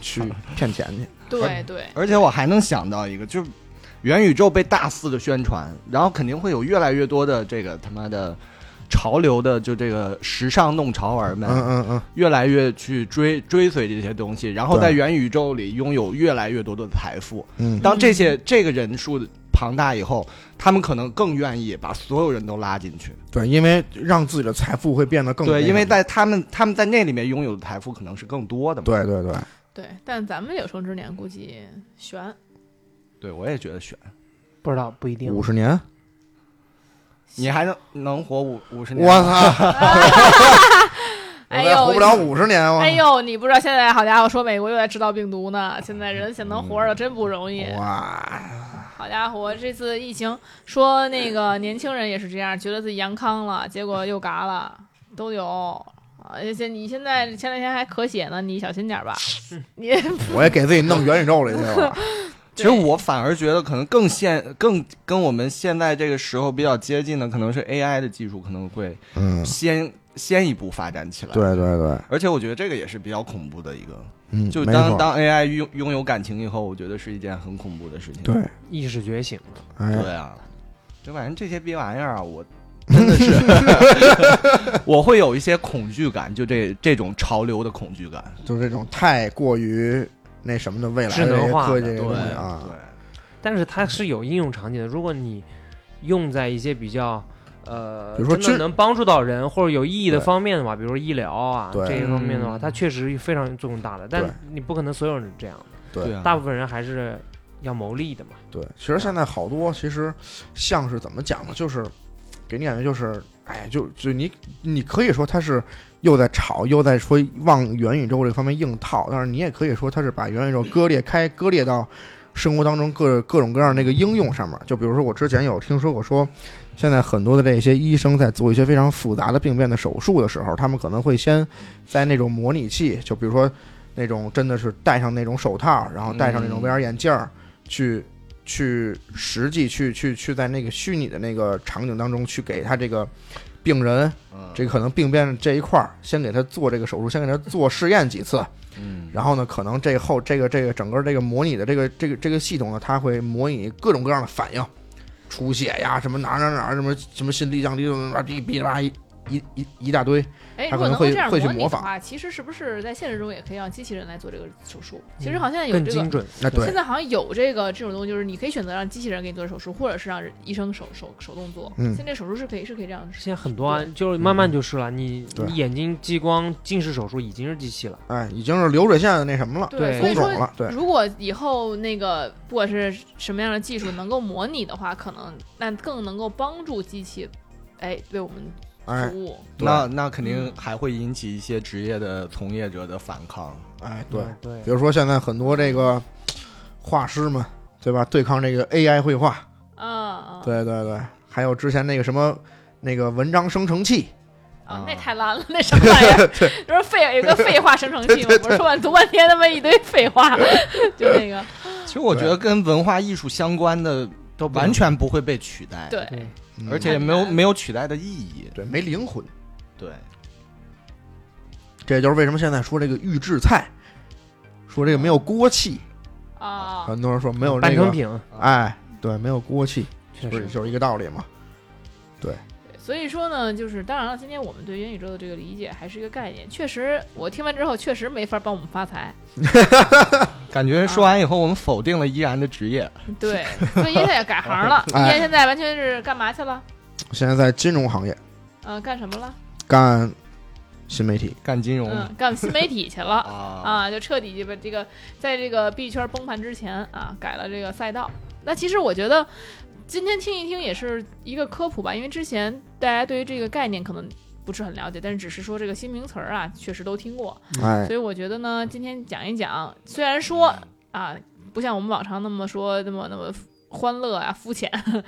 Speaker 5: 去骗钱去。
Speaker 2: 对对，
Speaker 3: 而且我还能想到一个，就是元宇宙被大肆的宣传，然后肯定会有越来越多的这个他妈的潮流的，就这个时尚弄潮儿们，
Speaker 5: 嗯嗯嗯，
Speaker 3: 越来越去追追随这些东西，然后
Speaker 5: 对
Speaker 3: 在元宇宙里拥有越来越多的财富。
Speaker 5: 嗯
Speaker 3: 当这些这个人数庞大以后，他们可能更愿意把所有人都拉进去。
Speaker 5: 对，因为让自己的财富会变得更
Speaker 3: 对，
Speaker 5: 那
Speaker 3: 因为
Speaker 5: 个
Speaker 3: 在他们他们在那里面拥有的财富可能是更多的嘛。
Speaker 5: 对对对，
Speaker 2: 对，但咱们有生之年估计悬。
Speaker 3: 对，我也觉得选
Speaker 4: 不知道不一定。
Speaker 5: 五十年，
Speaker 3: 你还能能活五五十年
Speaker 5: 我
Speaker 3: 吗？
Speaker 5: 操，我
Speaker 2: 哎
Speaker 5: 再
Speaker 2: 呦，
Speaker 5: 活不了五十年，我
Speaker 2: 哎呦，你不知道现在好家伙，说美国又在制造病毒呢，现在人想能活着真不容易。
Speaker 5: 哇，
Speaker 2: 好家伙，这次疫情说那个年轻人也是这样，觉得自己阳康了，结果又嘎了，都有。啊而且你现在前两天还咳血呢，你小心点吧。 你
Speaker 5: 我也给自己弄元宇宙里 去了。
Speaker 2: 嗯
Speaker 3: 其实我反而觉得，可能更现更跟我们现在这个时候比较接近的，可能是 AI 的技术可能会
Speaker 5: 嗯，
Speaker 3: 先、先一步发展起来。，
Speaker 5: 对对对，
Speaker 3: 而且我觉得这个也是比较恐怖的一个，
Speaker 5: 嗯，
Speaker 3: 就
Speaker 5: 没
Speaker 3: 当
Speaker 5: 错
Speaker 3: 当 AI 拥拥有感情以后，我觉得是一件很恐怖的事情。
Speaker 5: 对，
Speaker 4: 意识觉醒，
Speaker 5: 哎，
Speaker 3: 对啊，就反正这些逼玩意儿啊，我真 的是我会有一些恐惧感，就这这种潮流的恐惧感。
Speaker 5: 就是这种太过于那什么的未来
Speaker 4: 智
Speaker 5: 的
Speaker 4: 能
Speaker 5: 这些
Speaker 4: 化
Speaker 5: 科
Speaker 4: 的
Speaker 5: 技这
Speaker 3: 对
Speaker 5: 些东西啊，
Speaker 3: 对。
Speaker 4: 但是它是有应用场景的。如果你用在一些比较呃，
Speaker 5: 比如说
Speaker 4: 真
Speaker 5: 知
Speaker 4: 的能帮助到人或者有意义的
Speaker 5: 对
Speaker 4: 方面的话，比如说医疗啊
Speaker 5: 对
Speaker 4: 这一方面的话，
Speaker 3: 嗯
Speaker 4: 它确实非常作用大的。
Speaker 5: 对嗯
Speaker 4: 但你不可能所有人都这样，
Speaker 5: 对
Speaker 3: 啊
Speaker 4: 大部分人还是要谋利的嘛。
Speaker 5: 对，其实现在好多其实像是怎么讲呢，就是给你感觉就是，哎，就就你你可以说它是又在炒，又在说往元宇宙这方面硬套，但是你也可以说它是把元宇宙割裂开，割裂到生活当中各各种各样的那个应用上面。就比如说我之前有听说过说。现在很多的这些医生在做一些非常复杂的病变的手术的时候，他们可能会先在那种模拟器，就比如说那种真的是戴上那种手套，然后戴上那种
Speaker 3: 嗯
Speaker 5: VR 眼镜儿，去去实际去去去在那个虚拟的那个场景当中去给他这个病人，
Speaker 3: 嗯
Speaker 5: 这个可能病变这一块儿，先给他做这个手术，先给他做试验几次，
Speaker 3: 嗯，
Speaker 5: 然后呢，可能这后这个这个整个这个模拟的这个这个这个系统呢，它会模拟各种各样的反应，出血呀，什么哪儿哪儿哪儿，什么什么心力降低，啊哔哔啦一一一一大堆，
Speaker 2: 哎，
Speaker 5: 他
Speaker 2: 如果
Speaker 5: 可能
Speaker 2: 能够
Speaker 5: 会
Speaker 2: 这样
Speaker 5: 会去
Speaker 2: 模拟
Speaker 5: 模
Speaker 2: 的
Speaker 5: 仿
Speaker 2: 话，其实是不是在现实中也可以让机器人来做这个手术？其实
Speaker 4: 嗯
Speaker 2: 好像有
Speaker 4: 更
Speaker 2: 这个
Speaker 4: 精准，
Speaker 5: 那对
Speaker 2: 现在好像有这个这种东西，就是你可以选择让机器人给你做手术，或者是让人医生手手手动做。
Speaker 5: 嗯
Speaker 2: 现在手术是可以是可以这样
Speaker 4: 现在很多啊，就是慢慢就是了。你
Speaker 5: 对
Speaker 4: 你眼睛激光近视手术已经是机器了，
Speaker 5: 哎，已经是流水线的那什么了，
Speaker 4: 对
Speaker 2: 所
Speaker 5: 工
Speaker 2: 以
Speaker 5: 种
Speaker 2: 说
Speaker 5: 了，对，
Speaker 2: 如果以后那个不管是什么样的技术能够模拟的话，可能那更能够帮助机器，哎，为我们
Speaker 5: 哎
Speaker 2: 服务。
Speaker 5: 对
Speaker 3: 那那肯定还会引起一些职业的从业者的反抗。
Speaker 5: 哎对，
Speaker 4: 嗯对
Speaker 5: 比，如说现在很多这个画师们，对吧？对抗这个 AI 绘画，
Speaker 2: 啊、嗯，
Speaker 5: 对对对，还有之前那个什么那个文章生成器，
Speaker 2: 啊
Speaker 5: 啊，
Speaker 2: 那太烂了，那什么玩意 儿？就是废有一个废话生成器嘛，我说完读半天他妈一堆废话，就那个
Speaker 3: 其实我觉得跟文化艺术相关的都完全不会被取代，
Speaker 2: 对，
Speaker 4: 对，
Speaker 5: 嗯
Speaker 3: 而且也没有没有取代的意义。
Speaker 5: 对没灵魂，
Speaker 3: 对，
Speaker 5: 这也就是为什么现在说这个预制菜，说这个没有锅气，
Speaker 2: 啊，
Speaker 5: 很多人说没有
Speaker 4: 半
Speaker 5: 那
Speaker 4: 成
Speaker 5: 个，
Speaker 4: 品
Speaker 5: 哎，对，没有锅气，
Speaker 4: 确
Speaker 5: 不是
Speaker 4: 实
Speaker 5: 就是一个道理嘛。
Speaker 2: 所以说呢，就是当然了，今天我们对元宇宙的这个理解还是一个概念，确实我听完之后确实没法帮我们发财，
Speaker 3: 感觉说完以后，我们否定了依然的职业。
Speaker 2: 对，所以依然也改行了，依
Speaker 5: 哎
Speaker 2: 然现在完全是干嘛去了？
Speaker 5: 现在在金融行业
Speaker 2: 嗯、干什么了？
Speaker 5: 干新媒体，
Speaker 3: 干金融
Speaker 2: 嗯，干新媒体去了。
Speaker 3: 啊，
Speaker 2: 啊，就彻底就把这个在这个币圈崩盘之前啊，改了这个赛道。那其实我觉得今天听一听也是一个科普吧，因为之前大家对于这个概念可能不是很了解，但是只是说这个新名词儿啊，确实都听过。
Speaker 5: 哎，
Speaker 2: 所以我觉得呢，今天讲一讲，虽然说啊，不像我们往常那么说那么那么欢乐啊、肤浅，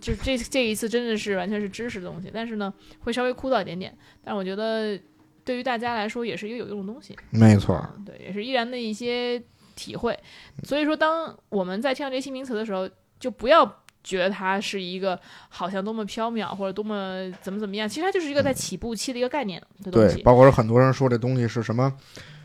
Speaker 2: 就这这一次真的是完全是知识的东西，但是呢，会稍微枯燥一点点。但是我觉得对于大家来说也是一个有用的东西。
Speaker 5: 没错，
Speaker 2: 嗯对，也是依然的一些体会。所以说，当我们在听到这些新名词的时候，就不要觉得它是一个好像多么缥缈或者多么怎么怎么样，其实它就是一个在起步期的一个概念的东
Speaker 5: 对，
Speaker 2: 西。
Speaker 5: 包括有很多人说这东西是什么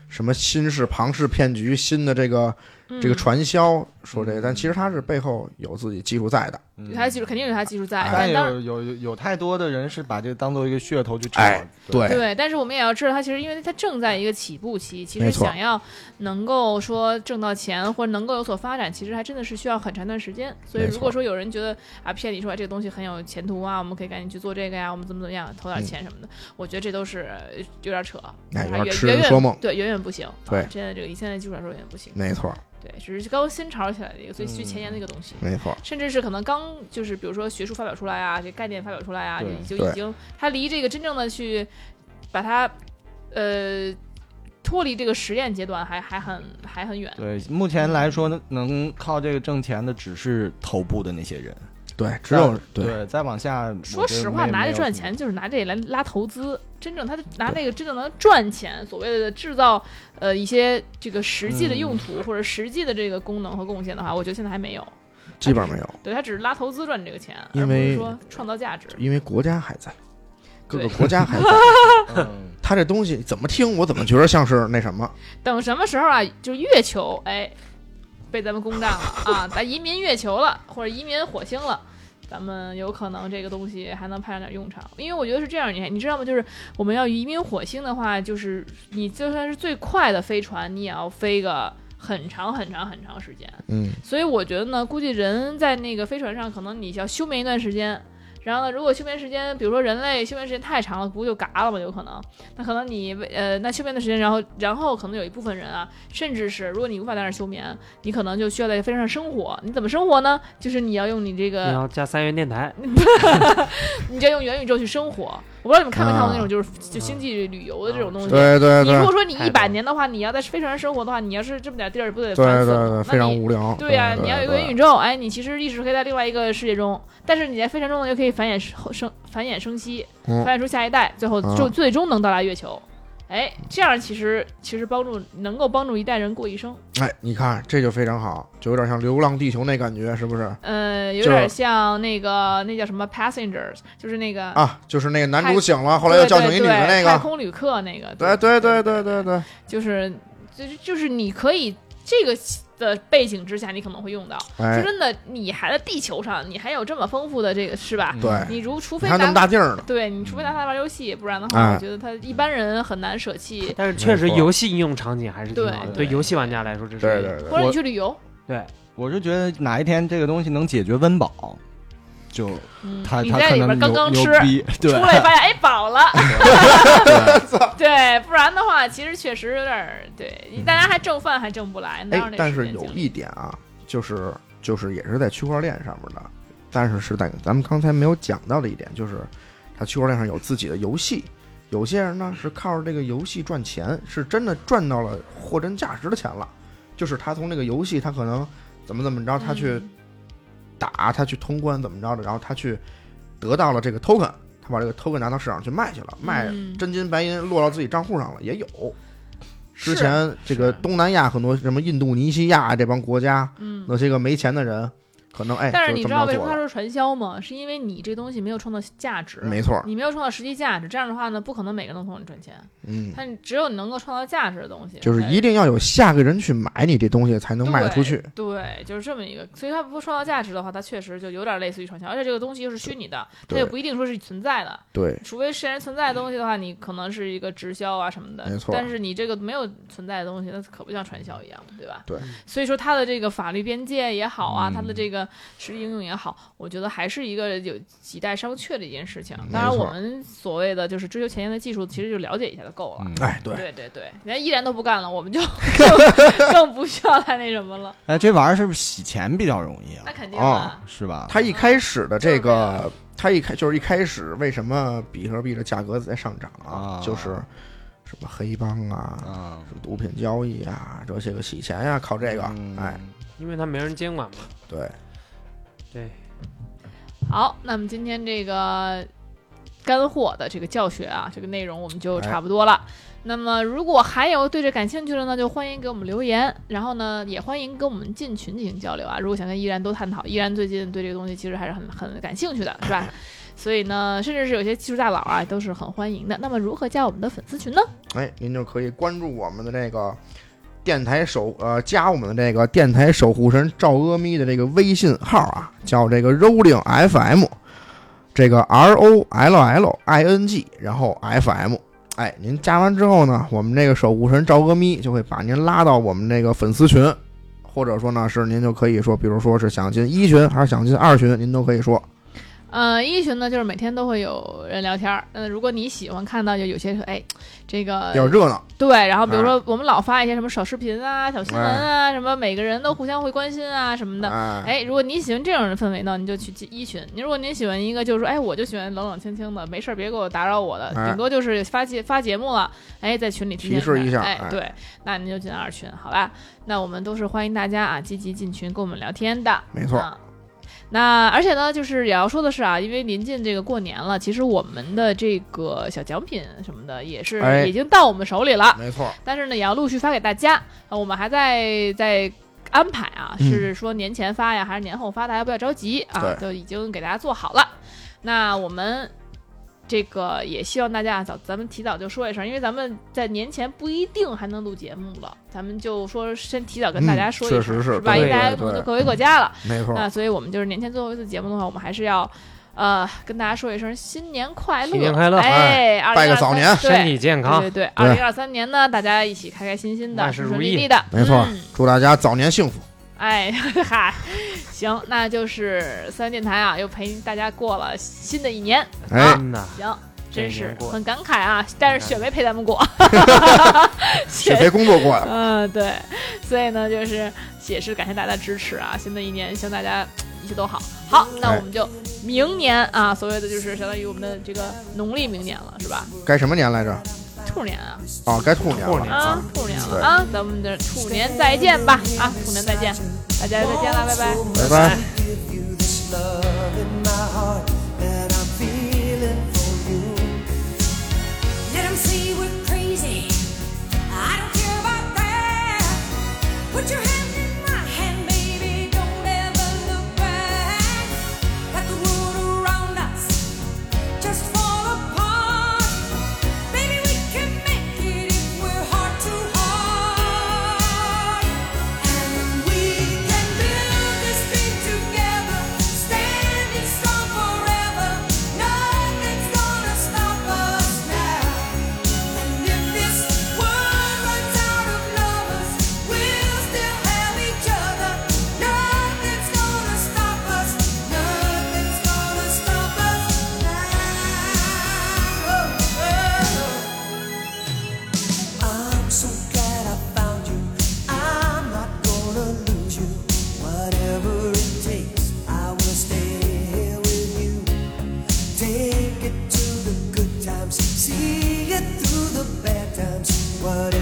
Speaker 5: 什么新式庞氏骗局，新的这个这个
Speaker 2: 嗯
Speaker 5: 传销，说这个，但其实它是背后有自己技术在的，
Speaker 2: 有它的技术肯定有它的技术在，
Speaker 3: 嗯
Speaker 5: 哎
Speaker 3: 但
Speaker 2: 但当
Speaker 3: 有有有有太多的人是把这个当做一个噱头去炒。
Speaker 5: 哎对
Speaker 2: 对，但是我们也要知道，它其实因为它正在一个起步期，其
Speaker 5: 没
Speaker 2: 实
Speaker 5: 错
Speaker 2: 想要能够说挣到钱或者能够有所发展，其实还真的是需要很长一段时间。所以
Speaker 5: 没
Speaker 2: 如果
Speaker 5: 错
Speaker 2: 说有人觉得啊骗你说哎这个东西很有前途啊，我们可以赶紧去做这个呀，我们怎么怎么样投点
Speaker 5: 嗯
Speaker 2: 钱什么的，我觉得这都是呃有点扯，
Speaker 5: 哎
Speaker 2: 还
Speaker 5: 有点
Speaker 2: 远
Speaker 5: 痴
Speaker 2: 远
Speaker 5: 人
Speaker 2: 远
Speaker 5: 说梦
Speaker 2: 对，远远不行。啊
Speaker 5: 对
Speaker 2: 现在这个以现在技术来说远远不行，
Speaker 5: 没错，
Speaker 2: 对，只是刚新潮起来的一个最最前沿的一个东西。
Speaker 5: 没错，
Speaker 2: 甚至是可能刚就是比如说学术发表出来啊，这概念发表出来啊，
Speaker 3: 对
Speaker 2: 就就
Speaker 5: 对
Speaker 2: 已经它离这个真正的去把它呃脱离这个实验阶段还还很还很远。
Speaker 3: 对，目前来说呢，能靠这个挣钱的只是头部的那些人，
Speaker 5: 对，只有
Speaker 3: 再
Speaker 5: 对，
Speaker 3: 对，再往下，
Speaker 2: 说实话，拿这
Speaker 3: 这
Speaker 2: 赚钱就是拿这来拉投资，真正他拿那个真正能赚钱，所谓的制造呃一些这个实际的用途、
Speaker 5: 嗯
Speaker 2: 或者实际的这个功能和贡献的话，我觉得现在还没有。
Speaker 5: 基本上没有，
Speaker 2: 对他只是拉投资赚这个钱，
Speaker 5: 因
Speaker 2: 而不是
Speaker 5: 为
Speaker 2: 说创造价值。
Speaker 5: 因为国家还在，各个
Speaker 2: 对
Speaker 5: 国家还 在，
Speaker 3: 嗯
Speaker 5: 它这东西怎么听我怎么觉得像是那什么，
Speaker 2: 等什么时候啊？就是月球，哎，被咱们攻占了啊，咱移民月球了，或者移民火星了。咱们有可能这个东西还能派上点用场，因为我觉得是这样，你你知道吗？就是我们要移民火星的话，就是你就算是最快的飞船，你也要飞个很长很长很长时间。
Speaker 5: 嗯，
Speaker 2: 所以我觉得呢，估计人在那个飞船上，可能你要休眠一段时间。然后呢，如果休眠时间，比如说人类休眠时间太长了，不就嘎了吗？有可能。那可能你为呃，那休眠的时间，然后然后可能有一部分人啊，甚至是如果你无法在那儿休眠，你可能就需要在飞船上生活。你怎么生活呢？就是你要用你这
Speaker 4: 你
Speaker 2: 个，
Speaker 4: 要加三元电台，
Speaker 2: 你就要嗯用元宇宙去生活。我不知道你们看没看过那种
Speaker 5: 啊
Speaker 2: 就是、就星际旅游的这种东西。
Speaker 5: 对对
Speaker 2: 你如
Speaker 5: 对
Speaker 2: 果。说你
Speaker 4: 太
Speaker 2: 一
Speaker 4: 棒
Speaker 2: 百
Speaker 4: 了
Speaker 2: 年的话，你要在飞船上生活的话，你要是这么点地儿，不得
Speaker 5: 对
Speaker 2: 烦
Speaker 5: 对
Speaker 2: 死
Speaker 5: 对
Speaker 2: 吗
Speaker 5: 对，？
Speaker 2: 那
Speaker 5: 非常
Speaker 2: 你
Speaker 5: 无聊。
Speaker 2: 对呀、你要有一个元宇
Speaker 5: 嗯对
Speaker 2: 宙，哎，你其实一直可以在另外一个世界中，但是你在非常中呢，又可以繁衍生生繁衍生息，
Speaker 5: 嗯
Speaker 2: 繁衍出下一代，最后就、
Speaker 5: 嗯
Speaker 2: 最终能到达月球。哎，这样其实其实帮助能够帮助一代人过一生，
Speaker 5: 哎，你看这就非常好，就有点像《流浪地球》那感觉，是不是？
Speaker 2: 呃，有
Speaker 5: 就是
Speaker 2: 点像那个那叫什么 Passengers，就是那个、
Speaker 5: 啊，就是那个男
Speaker 2: 太
Speaker 5: 主醒了，后来又
Speaker 2: 对
Speaker 5: 叫醒
Speaker 2: 对
Speaker 5: 一女
Speaker 2: 对
Speaker 5: 的那
Speaker 2: 太
Speaker 5: 个。
Speaker 2: 空旅客那个，
Speaker 5: 对对对对对对，
Speaker 2: 就是就是就是你可以这个的背景之下，你可能会用到。说
Speaker 5: 哎，
Speaker 2: 真的，你还在地球上，你还有这么丰富的这个是
Speaker 3: 嗯
Speaker 2: 吧？
Speaker 5: 对，
Speaker 2: 你如除
Speaker 5: 哎你
Speaker 2: 非
Speaker 5: 还有那
Speaker 2: 拿
Speaker 5: 么大劲儿呢。
Speaker 2: 对你，除非拿它玩游戏，不然的话，
Speaker 5: 哎
Speaker 2: 我觉得他一般人很难舍弃，
Speaker 4: 但是确实
Speaker 5: 没错
Speaker 4: 游戏应用场景还是挺好的，
Speaker 3: 对
Speaker 4: 对游戏玩家来说这是
Speaker 5: 对对
Speaker 2: 或
Speaker 5: 对，
Speaker 2: 者你去旅游，
Speaker 4: 对
Speaker 3: 我是觉得哪一天这个东西能解决温饱，就
Speaker 2: 嗯
Speaker 3: 他
Speaker 2: 你
Speaker 3: 他
Speaker 2: 在
Speaker 3: 可
Speaker 2: 里边
Speaker 3: 能牛
Speaker 2: 刚刚
Speaker 3: 牛
Speaker 2: 吃，
Speaker 3: 逼，
Speaker 2: 出
Speaker 3: 对，
Speaker 2: 来发现哎饱 了， 对，不然的话，其实确实有点儿对，
Speaker 3: 嗯
Speaker 2: 你大家还挣饭还挣不来，哪有
Speaker 5: 哎，
Speaker 2: 那
Speaker 5: 但
Speaker 2: 时
Speaker 5: 是
Speaker 2: 间
Speaker 5: 有
Speaker 2: 精力
Speaker 5: 一点啊，就是就是也是在区块链上面的，但是是在咱们刚才没有讲到的一点，就是它区块链上有自己的游戏。有些人呢是靠着这个游戏赚钱，是真的赚到了货真价实的钱了。就是他从这个游戏，他可能怎么怎么着，他去
Speaker 2: 嗯
Speaker 5: 打，他去通关怎么着的，然后他去得到了这个 token，他把这个 token 拿到市场去卖去了，卖
Speaker 2: 嗯
Speaker 5: 真金白银落到自己账户上了，也有。之
Speaker 2: 是啊
Speaker 5: 前这个
Speaker 4: 是
Speaker 5: 东南亚很多什么印度尼西亚这帮国家，
Speaker 2: 嗯。
Speaker 5: 那些个没钱的人，可能哎，
Speaker 2: 但是
Speaker 5: 就
Speaker 2: 你
Speaker 5: 这
Speaker 2: 知
Speaker 5: 么
Speaker 2: 道
Speaker 5: 着
Speaker 2: 为什
Speaker 5: 做
Speaker 2: 么他
Speaker 5: 了
Speaker 2: 说传销吗？是因为你这东西没有创造价值，
Speaker 5: 没错儿，
Speaker 2: 你没有创造实际价值，这样的话呢，不可能每个人都从你赚钱。
Speaker 5: 嗯，
Speaker 2: 但只有你能够创造价值的东西，
Speaker 5: 就是一定要有下个人去买你这东西才能卖得出去。
Speaker 2: 对，就是这么一个。所以它不创造价值的话，它确实就有点类似于传销，而且这个东西又是虚拟的，它
Speaker 5: 对
Speaker 2: 也不一定说是存在的。
Speaker 5: 对，
Speaker 2: 除非是人存在的东西的话，你可能是一个直销啊什么的，
Speaker 5: 没错
Speaker 2: 但是你这个没有存在的东西，那可不像传销一样，对吧？
Speaker 5: 对。嗯
Speaker 2: 所以说它的这个法律边界也好啊，它的这个实际应用也好，我觉得还是一个有亟待商榷的一件事情。当然，
Speaker 5: 嗯没错
Speaker 2: 我们所谓的就是追求前沿的技术，其实就了解一下就够了。
Speaker 3: 嗯
Speaker 5: 哎，对，
Speaker 2: 对对对，人家依然都不干了，我们就 更更不需要再那什么了。
Speaker 3: 哎，这玩意儿是不是洗钱比较容易啊
Speaker 2: 那？肯定
Speaker 5: 哦
Speaker 2: 啊，
Speaker 3: 是吧？
Speaker 5: 他一开始的这个，他一开就是一开始为什么比特币的价格在上涨啊
Speaker 3: 啊？
Speaker 5: 就是什么黑帮啊、
Speaker 3: 啊，
Speaker 5: 什么毒品交易啊，这些个洗钱呀、靠这个，
Speaker 3: 嗯
Speaker 5: 哎，，
Speaker 4: 因为他没人监管嘛。
Speaker 5: 对，
Speaker 4: 对，
Speaker 2: 好，那么今天这个干货的这个教学啊，这个内容我们就
Speaker 5: 哎
Speaker 2: 差不多了。那么，如果还有对这感兴趣的呢，就欢迎给我们留言，然后呢，也欢迎跟我们进群进行交流啊。如果想跟依然多探讨，依然最近对这个东西其实还是很很感兴趣的，是 吧？所以呢，甚至是有些技术大佬啊，都是很欢迎的。那么，如何加我们的粉丝群呢？
Speaker 5: 哎，您就可以关注我们的这个电台守呃，加我们的这个电台守护神赵阿咪的这个微信号啊，叫这个 Rolling FM，这个 R O L L I N G，然后 FM。哎，您加完之后呢，我们这个守护神赵阿咪就会把您拉到我们这个粉丝群，或者说呢是您就可以说，比如说是想进一群还是想进二群，您都可以说。
Speaker 2: 呃，一群呢，就是每天都会有人聊天儿。那如果你喜欢看到有有些哎，这个
Speaker 5: 比较热闹，
Speaker 2: 对，然后比如
Speaker 5: 哎
Speaker 2: 说我们老发一些什么小视频啊、小新闻啊，什么每个人都互相会关心啊什么的。
Speaker 5: 哎，
Speaker 2: 哎，如果你喜欢这种人氛围呢，你就去进一群；你如果您喜欢一个就是说哎，我就喜欢冷冷清清的，没事儿别给我打扰我的，
Speaker 5: 哎
Speaker 2: 顶多就是发节发节目了，哎，在群里听
Speaker 5: 提示
Speaker 2: 见
Speaker 5: 一下
Speaker 2: 哎，
Speaker 5: 哎
Speaker 2: 对，那您就进二群，好吧？那我们都是欢迎大家啊，积极进群跟我们聊天的。
Speaker 5: 没错，
Speaker 2: 啊那而且呢，就是也要说的是啊，因为临近这个过年了，其实我们的这个小奖品什么的也是
Speaker 5: 哎
Speaker 2: 已经到我们手里了，
Speaker 5: 没错，
Speaker 2: 但是呢，也要陆续发给大家。呃我们还在在安排啊，
Speaker 5: 嗯
Speaker 2: 是说年前发呀，还是年后发？大家不要着急啊
Speaker 5: 对，
Speaker 2: 都已经给大家做好了。那我们。这个也希望大家早，咱们提早就说一声，因为咱们在年前不一定还能录节目了，咱们就说先提早跟大家
Speaker 5: 嗯
Speaker 2: 说一
Speaker 5: 确
Speaker 2: 声，
Speaker 5: 实是
Speaker 2: 是吧？因
Speaker 5: 对
Speaker 2: 为大家
Speaker 5: 对
Speaker 2: 可能
Speaker 5: 对
Speaker 2: 就各回各家了。
Speaker 5: 没错，
Speaker 2: 那所以我们就是年前最后一次节目的话，我们还是要。呃，跟大家说一声新年快乐，
Speaker 4: 新年快乐
Speaker 2: 哎，2023
Speaker 5: 拜个早年
Speaker 4: 身
Speaker 2: 对
Speaker 4: 体健
Speaker 2: 对
Speaker 4: 康
Speaker 2: 对，对，二零二三年呢，大家一起开开心心的，
Speaker 4: 啊万事
Speaker 2: 顺顺
Speaker 4: 如
Speaker 2: 利
Speaker 4: 意
Speaker 2: 利的，
Speaker 5: 没错
Speaker 2: 嗯
Speaker 5: 祝大家早年幸福。
Speaker 2: 哎， 嗨，行，那就是三元电台啊，又陪大家过了新的一年，
Speaker 5: 哎，
Speaker 4: 真的，
Speaker 2: 行，真
Speaker 4: 这一
Speaker 2: 是
Speaker 4: 年过
Speaker 2: 很感慨啊，但是雪梅陪咱们 过，
Speaker 5: 雪飞工作过来了。
Speaker 2: 嗯，对，所以呢，就是也是感谢大家的支持啊！新的一年，希望大家一切都好。好，
Speaker 5: 嗯
Speaker 2: 那我们就明年啊，所谓的就是相当于我们的这个农历明年了，是吧？
Speaker 5: 该什么年来着？
Speaker 2: 兔年啊，
Speaker 5: 啊，该兔年
Speaker 4: 兔
Speaker 5: 了
Speaker 4: 年。
Speaker 2: 啊，兔年了啊，咱们的兔年再见吧！啊，兔年再见，大家再见啦，拜拜。
Speaker 5: 拜拜。
Speaker 1: give you this love in my heart that I'm feeling for you.
Speaker 6: Let 'em say we're crazy. I don't care about that. Put your hand in my hand, baby. Don't ever look back. Let the world around us just fall apart. Baby, we can make it if we're heart to heart. And we can build this dream together, standing strong forever. Nothing's gonna stop us now. And if this world runs out of lovers, we'll still have each other. Nothing's gonna stop us. Nothing's gonna stop us now.
Speaker 1: I'm so glad I found you. I'm not gonna lose you. Whatever it takes, I will stay here with you. Take it to the good times, see it through the bad times. Whatever